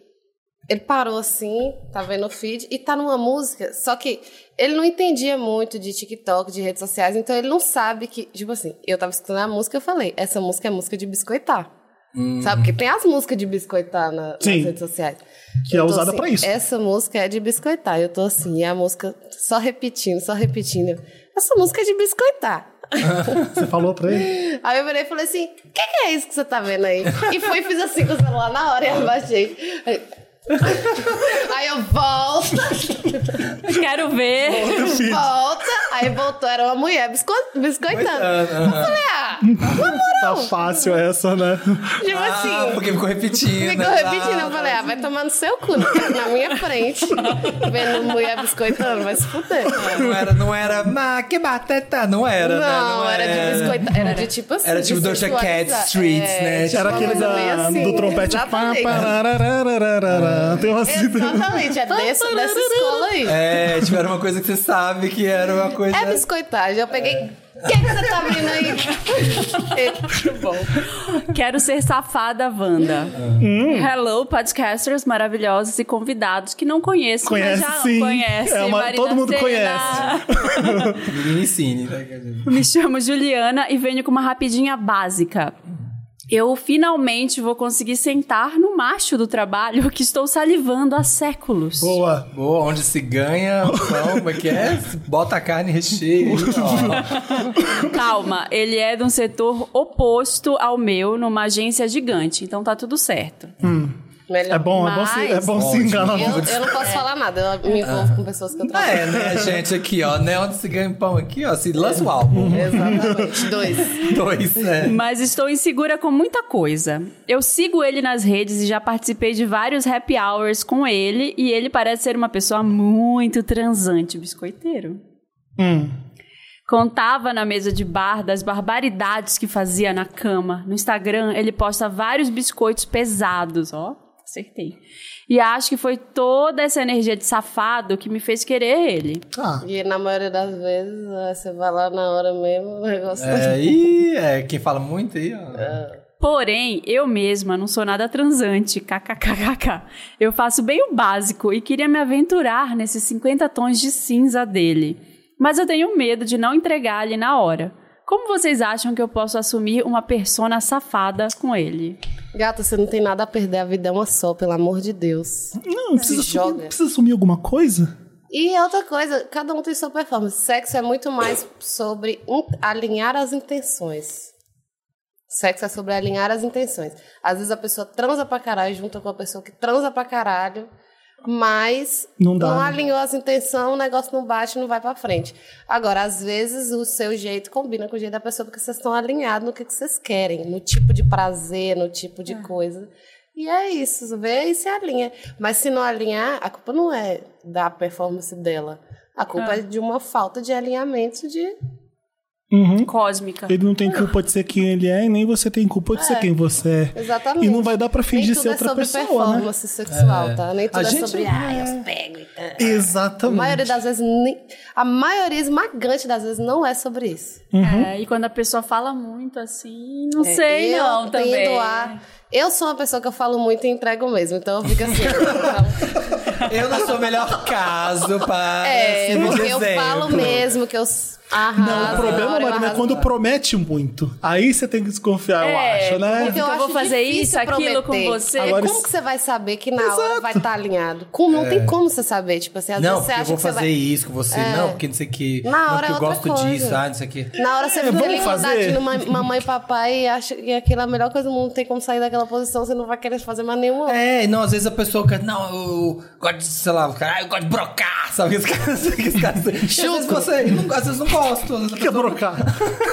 ele parou assim, tá vendo o feed e tá numa música, só que ele não entendia muito de TikTok, de redes sociais, então ele não sabe que, tipo assim, eu tava escutando a música, eu falei, essa música é música de biscoitar. Sabe? Porque tem as músicas de biscoitar na-
Hum. Sim.
nas redes sociais.
Que é
Eu tô
usada
assim,
pra isso.
Essa música é de biscoitar. Eu tô assim, e a música só repetindo, só repetindo. Essa música é de biscoitar.
Você falou pra ele?
Aí eu virei e falei assim: o que, que é isso que você tá vendo aí? E fui e fiz assim com o celular na hora e abaixei. Aí- *laughs* Aí eu volto,
*laughs* Quero ver. *laughs*
volta. Aí voltou, era uma mulher bisco biscoitando.
Ah, ah,
Falei, ah,
Tá fácil essa, né?
tipo
ah,
assim.
porque ficou repetindo.
Ficou repetindo, eu
Ah,
falei, ah, vai tomar no seu cu, não quero na minha frente. Vendo mulher biscoitando, vai se fuder.
Não era, não era, ah, que batata, não era,
Não,
né?
era, de biscoitar, era de tipo assim.
Era tipo
de
Doja Cat
sensualizar.
Streets, né?
tipo
Era
uma
aquele
coisa
da,
meio assim.
do trompete. Pá,
Exatamente. É.
pararararararara. Tem uma
Exatamente, é dessa, dessa escola aí.
É, tipo, era uma coisa que você sabe que era uma coisa.
É biscoitagem. Eu peguei. O que, é que você tá vendo aí? *laughs* Muito bom.
Quero ser safada, Wanda.
Hum.
Hello, podcasters maravilhosos e convidados que não conheço,
Conhece,
mas já
sim.
conhece.
É uma-
Marina
todo mundo
Sena.
conhece.
Ninguém ensine. né?
Me chamo Juliana e venho com uma rapidinha básica. Eu finalmente vou conseguir sentar no macho do trabalho que estou salivando há séculos.
Boa.
Boa, onde se ganha, pão, como é que é? Bota a carne e recheia. ó.
Calma, ele é de um setor oposto ao meu, numa agência gigante, então tá tudo certo.
Melhor.
É bom, é bom, se, é bom se
Ótimo.
enganar.
Eu, eu não posso falar nada, eu me envolvo com pessoas que eu
Ah,
trabalho.
é, né, gente? Aqui, ó, né? Onde se ganha pão aqui, ó. Se lança o álbum.
É.
Exatamente. Dois.
Dois, né?
Mas estou insegura com muita coisa. Eu sigo ele nas redes e já participei de vários happy hours com ele e ele parece ser uma pessoa muito transante, biscoiteiro.
Hum.
Contava na mesa de bar das barbaridades que fazia na cama. No Instagram, ele posta vários biscoitos pesados, ó. Acertei. E acho que foi toda essa energia de safado que me fez querer ele.
Tá.
E na maioria das vezes, eh, você vai lá na hora mesmo, o negócio
É, aí, é, quem fala muito aí, ó.
É.
Porém, eu mesma não sou nada transante, kkkk. Eu faço bem o básico e queria me aventurar nesses 50 tons de cinza dele. Mas eu tenho medo de não entregar ele na hora. Como vocês acham que eu posso assumir uma persona safada com ele?
*laughs* Gata, você não tem nada a perder, a vida é uma só, pelo amor de Deus.
Não, precisa
Se
sumir,
joga.
precisa sumir alguma coisa?
E outra coisa, cada um tem sua performance. Sexo é muito mais sobre in- alinhar as intenções. Sexo é sobre alinhar as intenções. Às vezes a pessoa transa pra caralho, junta com a pessoa que transa pra caralho, mas
Não dá, né?
alinhou as intenções, o negócio não bate, não vai pra frente. Agora, às vezes o seu jeito combina com o jeito da pessoa, porque vocês estão alinhados no que que vocês querem, no tipo de prazer, no tipo de coisa. E é isso, vê e se alinha. Mas se não alinhar, a culpa não é da performance dela. A culpa é de uma falta de alinhamento de
Uhum.
Cósmica.
Ele não tem culpa de ser quem ele é e nem você tem culpa de ser quem você é.
Exatamente.
E não vai dar pra fingir
Nem
ser outra
tudo é sobre
pessoa, né?
performance sexual, tá? Nem tudo
A
é
gente-
sobre. Ai, eu pego. e tal." A
Exatamente.
maioria das vezes. nem- A maioria esmagante das vezes não é sobre isso.
É, e quando a pessoa fala muito assim, não
É,
sei
eu
não
tenho
também.
doar- Eu sou uma pessoa que eu falo muito e entrego mesmo, então eu
*laughs*
fico assim.
Eu não sou o melhor caso para
é,
ser um
porque eu
exemplo.
falo mesmo que eu s- arraso.
Não, o
na
problema,
hora eu
Marina, é
arraso
quando
na hora.
promete muito. Aí você tem que desconfiar,
É,
eu acho, né?
Porque eu,
Eu
acho
vou fazer
difícil
isso, aquilo com
prometer.
você.
Agora
como
isso- É.
que você vai saber que na hora vai estar alinhado? Como, não tem como você saber. Tipo assim, às
Não,
vezes você
porque
acha
eu vou
que você
fazer
vai. É.
isso com você. Não, porque não sei o que.
Na
não,
hora
porque
é
eu
outra
gosto
coisa.
disso, ah, não sei o que.
Na hora você
vamos
fica ali
fazer.
grudadinho ma- mamãe e papai e acha que aquilo é a melhor coisa do mundo. Não tem como sair daquela posição, você não vai querer fazer mais nenhuma.
É, e não, às vezes a pessoa quer, não, eu gosto de, sei lá, o cara, ah, eu gosto de brocar, sabe? *laughs* Os caras, os caras, às vezes você, não- às vezes não gosto, às vezes a
Que é
pessoa,
brocar.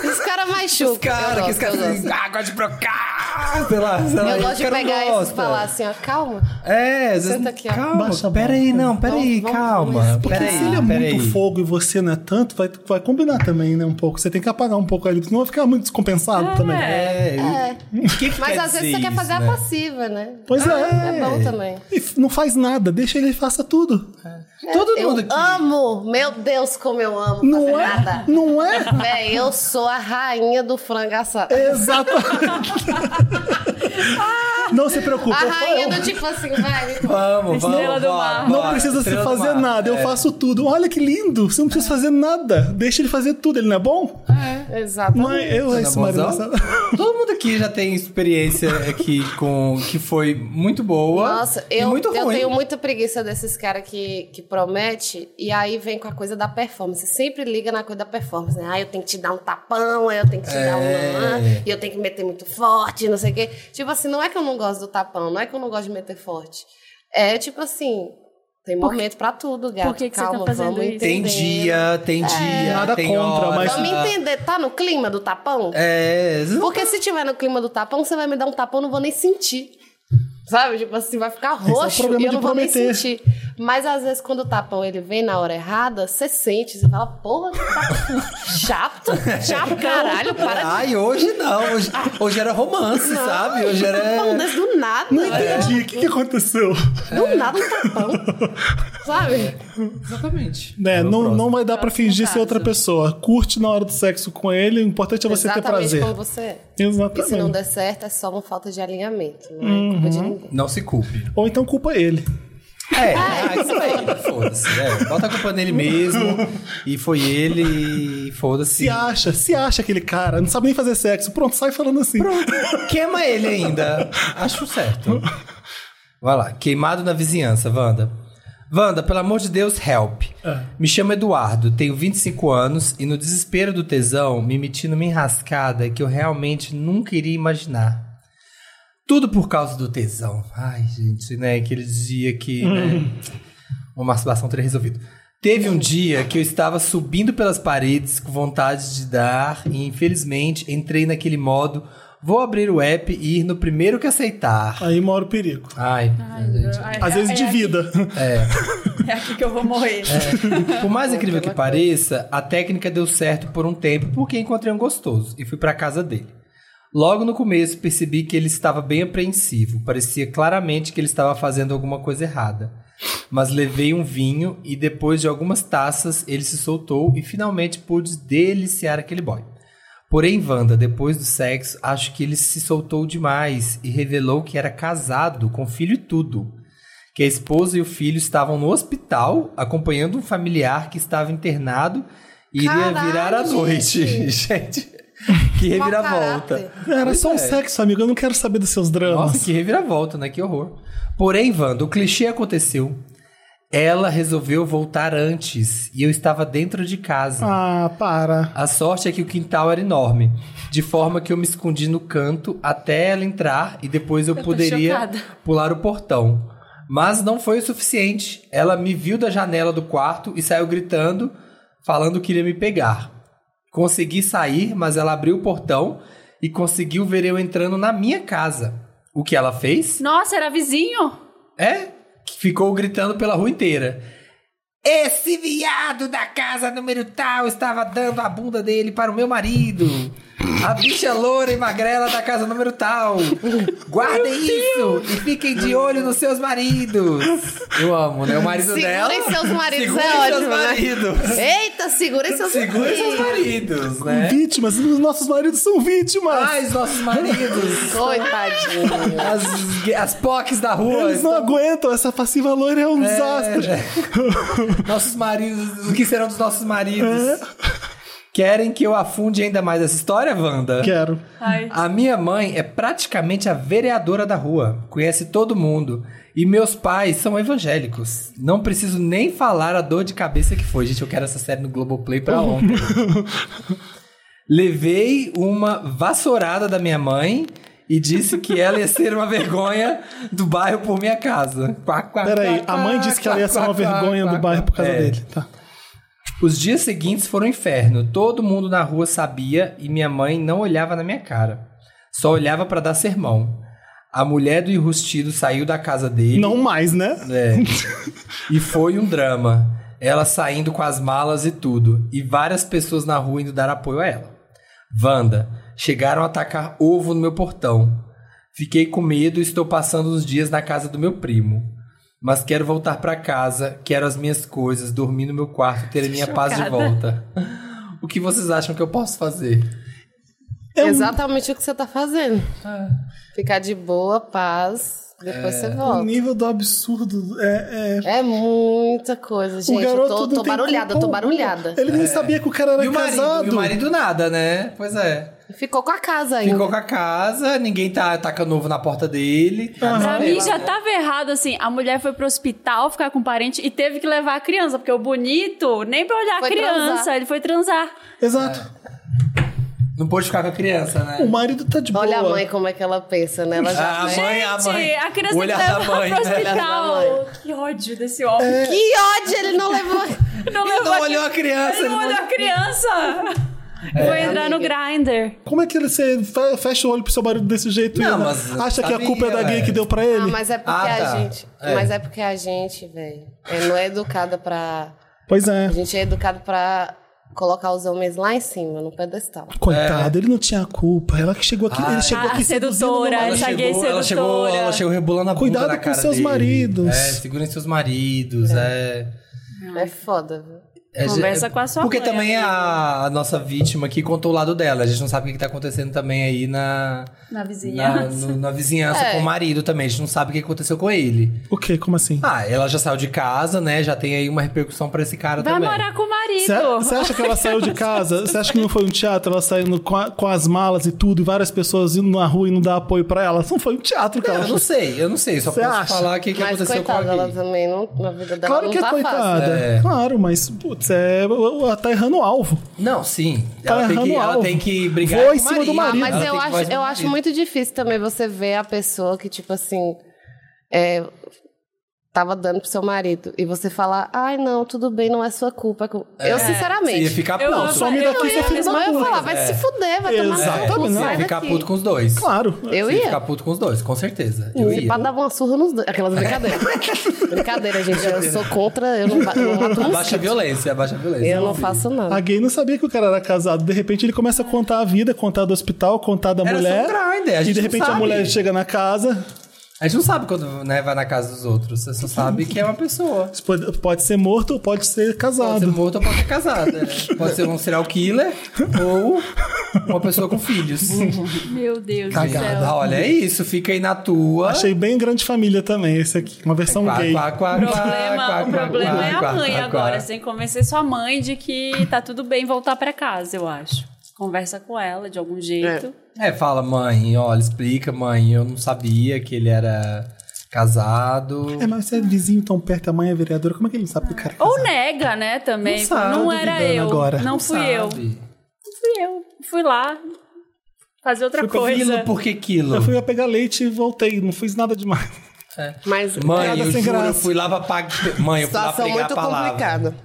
Os caras mais
os
chucos.
caras, que os caras,
eu gosto.
ah, gosto de brocar, sei lá, sei lá.
Eu
e
gosto
os
de
caras não
pegar isso e
gostam.
falar assim, ó, calma.
É, às vezes,
Senta aqui, ó.
calma,
Baixa a
pera aí, não, pera aí,
Vamos- vamos-
calma,
vamos-
pera
Porque
aí,
se ele é
pera
muito
aí.
fogo e você não é tanto, vai, vai combinar também, né? Um pouco. Você tem que apagar um pouco ali, senão vai ficar muito descompensado também.
É,
É.
que que
Mas
quer
às vezes
dizer
você quer
isso,
fazer
né?
a passiva, né?
Pois
É
é.
bom também.
E f- não faz nada, deixa ele faça tudo.
Todo
eu
mundo aqui.
amo, meu Deus, como eu amo
Não
fazer
é?
nada.
Não é? *laughs*
Véi, eu sou a rainha do frango assado.
Exatamente. não se preocupe.
A
eu fa-
rainha
eu-
do tipo assim, vai. me conta.
Vamos, vamos,
Estrela do
bora,
mar.
Não
bora,
precisa se
estrela do
fazer
mar,
nada, eu
é.
faço tudo. Olha que lindo, você não precisa
É.
fazer nada. Deixa ele fazer tudo, ele não é Tá bom?
Exatamente.
Mas eu,
Você
esse
não é
marido.
bonzão? Todo mundo aqui já tem experiência aqui com que foi muito boa.
Nossa,
e
eu,
muito
eu
ruim.
tenho muita preguiça desses caras que, que promete e aí vem com a coisa da performance. Sempre liga na coisa da performance. Né? Ah, eu tenho que te dar um tapão, eu tenho que te dar
É.
um. E eu tenho que meter muito forte, não sei o quê. Tipo assim, não é que eu não gosto do tapão, não é que eu não gosto de meter forte. É tipo assim, tem momento pra tudo, gato.
por que que você tá
Calma,
fazendo
vamos
isso?
Tem
entender.
dia, tem dia,
Nada
tem
contra,
hora.
mas-
É. Vamos entender, tá no clima do tapão?
É,
Porque se tiver no clima do tapão, você vai me dar um tapão, eu não vou nem sentir. Sabe? Tipo assim, vai ficar
é o
roxo
problema
e eu
de
não vou nem
prometer.
sentir. Mas às vezes, quando o tapão ele vem na hora errada, você sente, você fala, porra, tá
*laughs*
chato, chato, caralho, para de.
ai, hoje não. Hoje, hoje era romance, sabe? Hoje
Tapão
era.
desse do nada,
Não entendi, o que, que aconteceu?
do nada um tapão. Sabe?
Exatamente.
Né,
Era o
não,
próximo.
não vai dar pra fingir ser outra pessoa. Curte na hora do sexo com ele, o importante é você ter
Exatamente
prazer.
como você é. E
Exatamente. Uhum.
se não der certo, é só uma falta de alinhamento. Não é culpa de ninguém.
Não se culpe.
Ou então culpa ele.
É, ah, isso aí. Foda-se. é. Bota a culpa nele mesmo. E foi ele. e Foda-se.
Se acha, se acha aquele cara, não sabe nem fazer sexo. Pronto, sai falando assim.
Queima ele ainda. Acho certo. Vai lá. Queimado na vizinhança, Wanda. Wanda, pelo amor de Deus, help.
É.
Me chamo Eduardo, tenho 25 anos e no desespero do tesão me meti numa enrascada que eu realmente nunca iria imaginar. Tudo por causa do tesão. Ai, gente, né? Aquele dia que. né, uma masturbação teria resolvido. Teve um dia que eu estava subindo pelas paredes com vontade de dar e, infelizmente, entrei naquele modo. Vou abrir o app e ir no primeiro que aceitar.
Aí mora o perigo.
Ai, gente.
É,
Às vezes de vida.
É.
É aqui que eu vou morrer.
Por mais incrível que pareça, a técnica deu certo por um tempo porque encontrei um gostoso e fui pra casa dele. Logo no começo percebi que ele estava bem apreensivo, parecia claramente que ele estava fazendo alguma coisa errada. Mas levei um vinho e depois de algumas taças ele se soltou e finalmente pude deliciar aquele boy. Porém, Wanda, depois do sexo, acho que ele se soltou demais e revelou que era casado, com filho e tudo. Que a esposa e o filho estavam no hospital acompanhando um familiar que estava internado e iria
Caralho,
virar à noite.
gente.
*laughs* Gente, que
Mau
reviravolta.
caráter.
Era
Pois
só um
é.
sexo, amigo. Eu não quero saber dos seus dramas.
Nossa, que reviravolta, né? Que horror. Porém, Wanda, o clichê aconteceu. Ela resolveu voltar antes e eu estava dentro de casa.
Ah, para.
A sorte é que o quintal era enorme, de forma que eu me escondi no canto até ela entrar e depois eu,
Eu tô
poderia
chocada.
pular o portão. Mas não foi o suficiente. Ela me viu da janela do quarto e saiu gritando, falando que iria me pegar. Consegui sair, mas ela abriu o portão e conseguiu ver eu entrando na minha casa. O que ela fez?
Nossa, era vizinho?
É? Que ficou gritando pela rua inteira. Esse viado da casa número tal estava dando a bunda dele para o meu marido. A bicha loura e magrela da casa número tal. Guardem isso e fiquem de olho nos seus maridos. Eu amo, né? O marido
Segurem
dela. *laughs*
seus maridos,
Segurem
é
seus
ótimo, né?
maridos.
Eita, segurem seus
Segurem seus maridos,
É?
né?
Vítimas. Os nossos maridos são vítimas.
Ai, os nossos maridos.
Coitadinho.
As, as pocs da rua.
Eles não aguentam. Essa passiva loira então. é um *laughs* desastre.
Nossos maridos, o que serão dos nossos maridos? Querem que eu afunde ainda mais essa história, Wanda?
Quero.
Ai.
A minha mãe é praticamente a vereadora da rua, conhece todo mundo. E meus pais são evangélicos. Não preciso nem falar a dor de cabeça que foi. Gente, eu quero essa série no Globoplay pra
*laughs*
ontem. Levei uma vassourada da minha mãe e disse que ela ia ser uma vergonha do bairro por minha casa. Quá, quá,
Peraí,
quá,
a mãe
quá,
disse que ela ia ser
quá,
uma
quá,
vergonha
quá,
do bairro por causa
É.
dele. Tá.
Os dias seguintes foram um inferno. Todo mundo na rua sabia e minha mãe não olhava na minha cara. Só olhava pra dar sermão. A mulher do enrustido saiu da casa dele.
Não mais, né?
É. e foi um drama. Ela saindo com as malas e tudo. E várias pessoas na rua indo dar apoio a ela. Wanda, chegaram a atacar ovo no meu portão. Fiquei com medo e estou passando uns dias na casa do meu primo. Mas quero voltar pra casa, quero as minhas coisas, dormir no meu quarto, ter a minha paz de
Chocada.
volta. O que vocês acham que eu posso fazer?
Exatamente o que você tá fazendo. Ficar de boa, paz, depois você
O
volta.
nível do absurdo é. é-
É muita coisa,
O
gente. Eu
garoto
tô,
não
tô
tem
barulhada, eu tô
culpa alguma.
barulhada.
Ele nem sabia que o cara era
É. E o marido?
é casado.
E o marido nada, né? Pois é.
Ficou com a casa ainda.
Ficou com a casa, ninguém tá tacando ovo na porta dele.
Ah,
Tá
Pra
sabendo.
mim já tava errado, assim. A mulher foi pro hospital ficar com um parente e teve que levar a criança, porque o bonito, nem pra olhar
Foi
a criança,
transar.
ele foi transar.
Exato.
Não pôde ficar com a criança, né?
O marido tá de boa.
Olha a mãe como é que ela pensa, né? Ela já...
Ah, a mãe, a mãe.
Gente, a criança
o
tem que
olhar da
levar
mãe,
pro
né? É.
hospital.
Olhar da
Que ódio desse homem.
Que ódio, ele não levou...
Não
Ele
levou
não olhou a criança. É,
Ele não olhou a criança. Foi entrar no grinder.
Como é que ele você fe- fecha o olho pro seu marido desse jeito?
Não,
e ainda
mas
acha que a
sabia,
culpa é da gay
é.
que deu pra ele?
Ah, mas é porque
Ah, tá.
a gente...
É.
Mas é porque a gente, velho, é, não é educada pra...
Pois é.
A gente é educado pra colocar os homens lá em cima, no pedestal.
Coitado, ele não tinha culpa. Ela que chegou aqui,
É. Ah,
ele chegou
a
aqui seduzindo meu
sedutora,
marido.
essa gay sedutora.
ela chegou, ela chegou rebolando a
Cuidado
bunda na
com
cara
seus
dele.
maridos.
É, segurem seus maridos, é.
É foda, viu?
É,
Conversa
é-
com a sua
Porque
mãe,
também
amigo.
a, a nossa vítima aqui contou o lado dela. A gente não sabe o que que tá acontecendo também aí na...
Na
Na,
vizinhança.
no- na vizinhança
É.
com o marido também. A gente não sabe o que aconteceu com ele.
O quê? Como assim?
Ah, ela já saiu de casa, né? Já tem aí uma repercussão pra esse cara
Vai
também.
morar com o marido.
Você acha que ela saiu de
*laughs*
casa? Você acha que não foi um teatro? Ela saindo com, a- com as malas e tudo, e várias pessoas indo na rua e não dar apoio pra ela? Não foi um teatro que ela
Eu não
fez.
sei, eu não sei. Só
Você
posso
acha?
falar o que, que
Mas
aconteceu
coitada,
com a
ela
gay.
também, não, na vida dela
Claro
não
que é
tá fácil.
coitada.
É.
Claro, mas. putz, é, ela tá errando o alvo.
Não, sim.
Tá
ela, tem
errando
que,
o
ela
alvo.
tem que brigar
Vou
com
em
o
cima do marido.
Ela
Mas
tem
eu
que voz
acho,
do
eu
marido.
acho muito difícil também você ver a pessoa que, tipo assim, é, tava dando pro seu marido e você falar, ai não, tudo bem, não é sua culpa.
É.
Eu,
Você ia
sinceramente.
ficar
Eu
puto.
amo-
some
eu
daqui,
ia
você é filho
Mas
da
eu ia
puta.
falar, vai se fuder, vai tomar no
Exatamente.
cu,
Você
Não,
ia
sai
ficar
daqui.
puto com os dois.
Claro.
Eu
Você ia
ia.
ficar puto com os dois, com certeza. Eu
Você
ia.
pá dava uma surra nos dois.
*laughs*
Aquelas brincadeiras. Brincadeira, gente. Eu sou contra, eu não, ba- não mato
Abaixa a
mosquito.
violência, abaixa a violência.
Eu não
Sim.
faço nada.
A gay não sabia que o cara era casado. De repente ele começa a contar a vida, contar do hospital, contar da
Era só
mulher.
um grinder, a gente
e de
não
repente a
sabe.
mulher chega na casa.
A gente não sabe quando né, vai na casa dos outros. Você só sabe que é uma pessoa.
isso Pode, pode ser morto ou pode ser
Pode ser
casado.
morto ou pode ser casada. né? Pode ser um serial killer ou uma pessoa com filhos.
Meu Deus do
Cagada.
céu.
Olha, é isso. Fica aí na tua.
Achei bem grande família também, esse aqui. Uma versão
Quá,
gay.
quá, quá,
O
quá, quá,
problema, o
quá,
problema
quá,
é a
quá,
mãe
quá, quá.
agora. Você tem que convencer sua mãe de que tá tudo bem voltar pra casa, eu acho. Conversa com ela de algum jeito.
É, fala, mãe, olha, explica, mãe, eu não sabia que ele era casado.
É, mas você é vizinho tão perto, a mãe é vereadora. Como é que ele sabe do cara?
Ah.
Ou nega, né, também.
Não
Fala,
sabe,
Não, era
duvidando
eu.
agora.
Não, fui eu. Não
Sabe?
fui eu. Fui lá fazer outra
Fui pra
coisa.
Quilo por que quilo?
Eu fui pegar leite e voltei. Não fiz nada demais.
Mas é
Mãe,
Nada
eu
sem
juro,
graça.
eu fui lá pra pagar. Mãe, eu fui lá
situação
pregar
muito
a palavra.
complicada.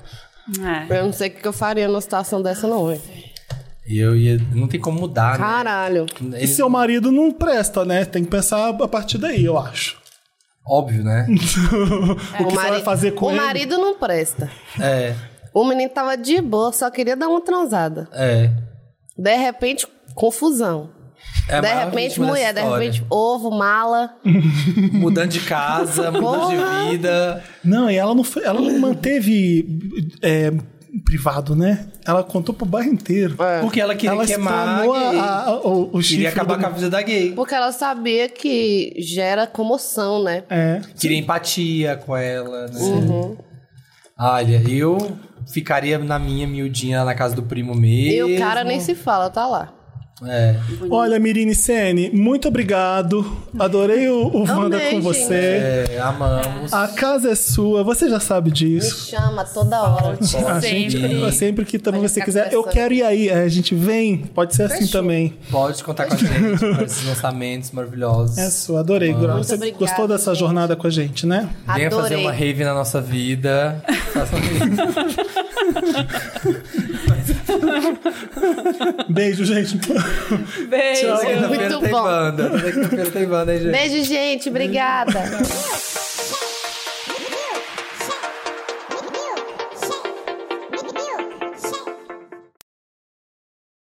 É.
Eu não sei o que eu faria numa situação dessa, não, hein?
E eu ia. Não tem como mudar, né?
Caralho.
E
Ele-
seu marido não presta, né? Tem que pensar a partir daí, eu acho.
Óbvio, né?
o que você vai fazer com
É, o
ele?
marido não presta.
é,
O menino tava de boa, só queria dar uma transada.
é.
De repente, confusão.
É a
de
maior
repente,
vítima dessa
mulher. De
história.
repente, ovo, mala.
Mudando de casa, mudando de vida.
Não, e ela não, foi- ela não manteve é, privado, né? Ela contou pro bairro inteiro.
Porque ela queria
ela
queimar.
explanou a-
gay.
a- a- o, o chifre
queria acabar
do-
com a vida da gay.
Porque ela sabia que gera comoção, né?
É.
Queria empatia com ela, né? Olha, eu ficaria na minha miudinha lá na casa do primo
E
mesmo.
o cara nem se fala, tá lá.
É.
Olha, Mirine Sene, muito obrigado. Adorei o, o Wanda com
gente.
você.
É, amamos.
A casa é sua, você já sabe
Me
disso.
chama toda hora.
A
Sempre.
gente, Ah, sempre que também
Pode
você
ficar
quiser, eu
conversando.
quero ir aí. É, A gente vem, pode ser assim também.
Pode contar com a gente para esses lançamentos maravilhosos.
É sua, adorei. Grau.
Muito
Você
obrigada,
gostou dessa
gente.
jornada com a gente, né?
Venha fazer
Adorei.
uma rave na nossa vida. Faça isso.
Beijo,
*laughs*
gente.
Beijo.
Toda feira tem
bom.
banda. Toda feira tem banda, hein, gente?
Beijo, gente. Obrigada.
Thank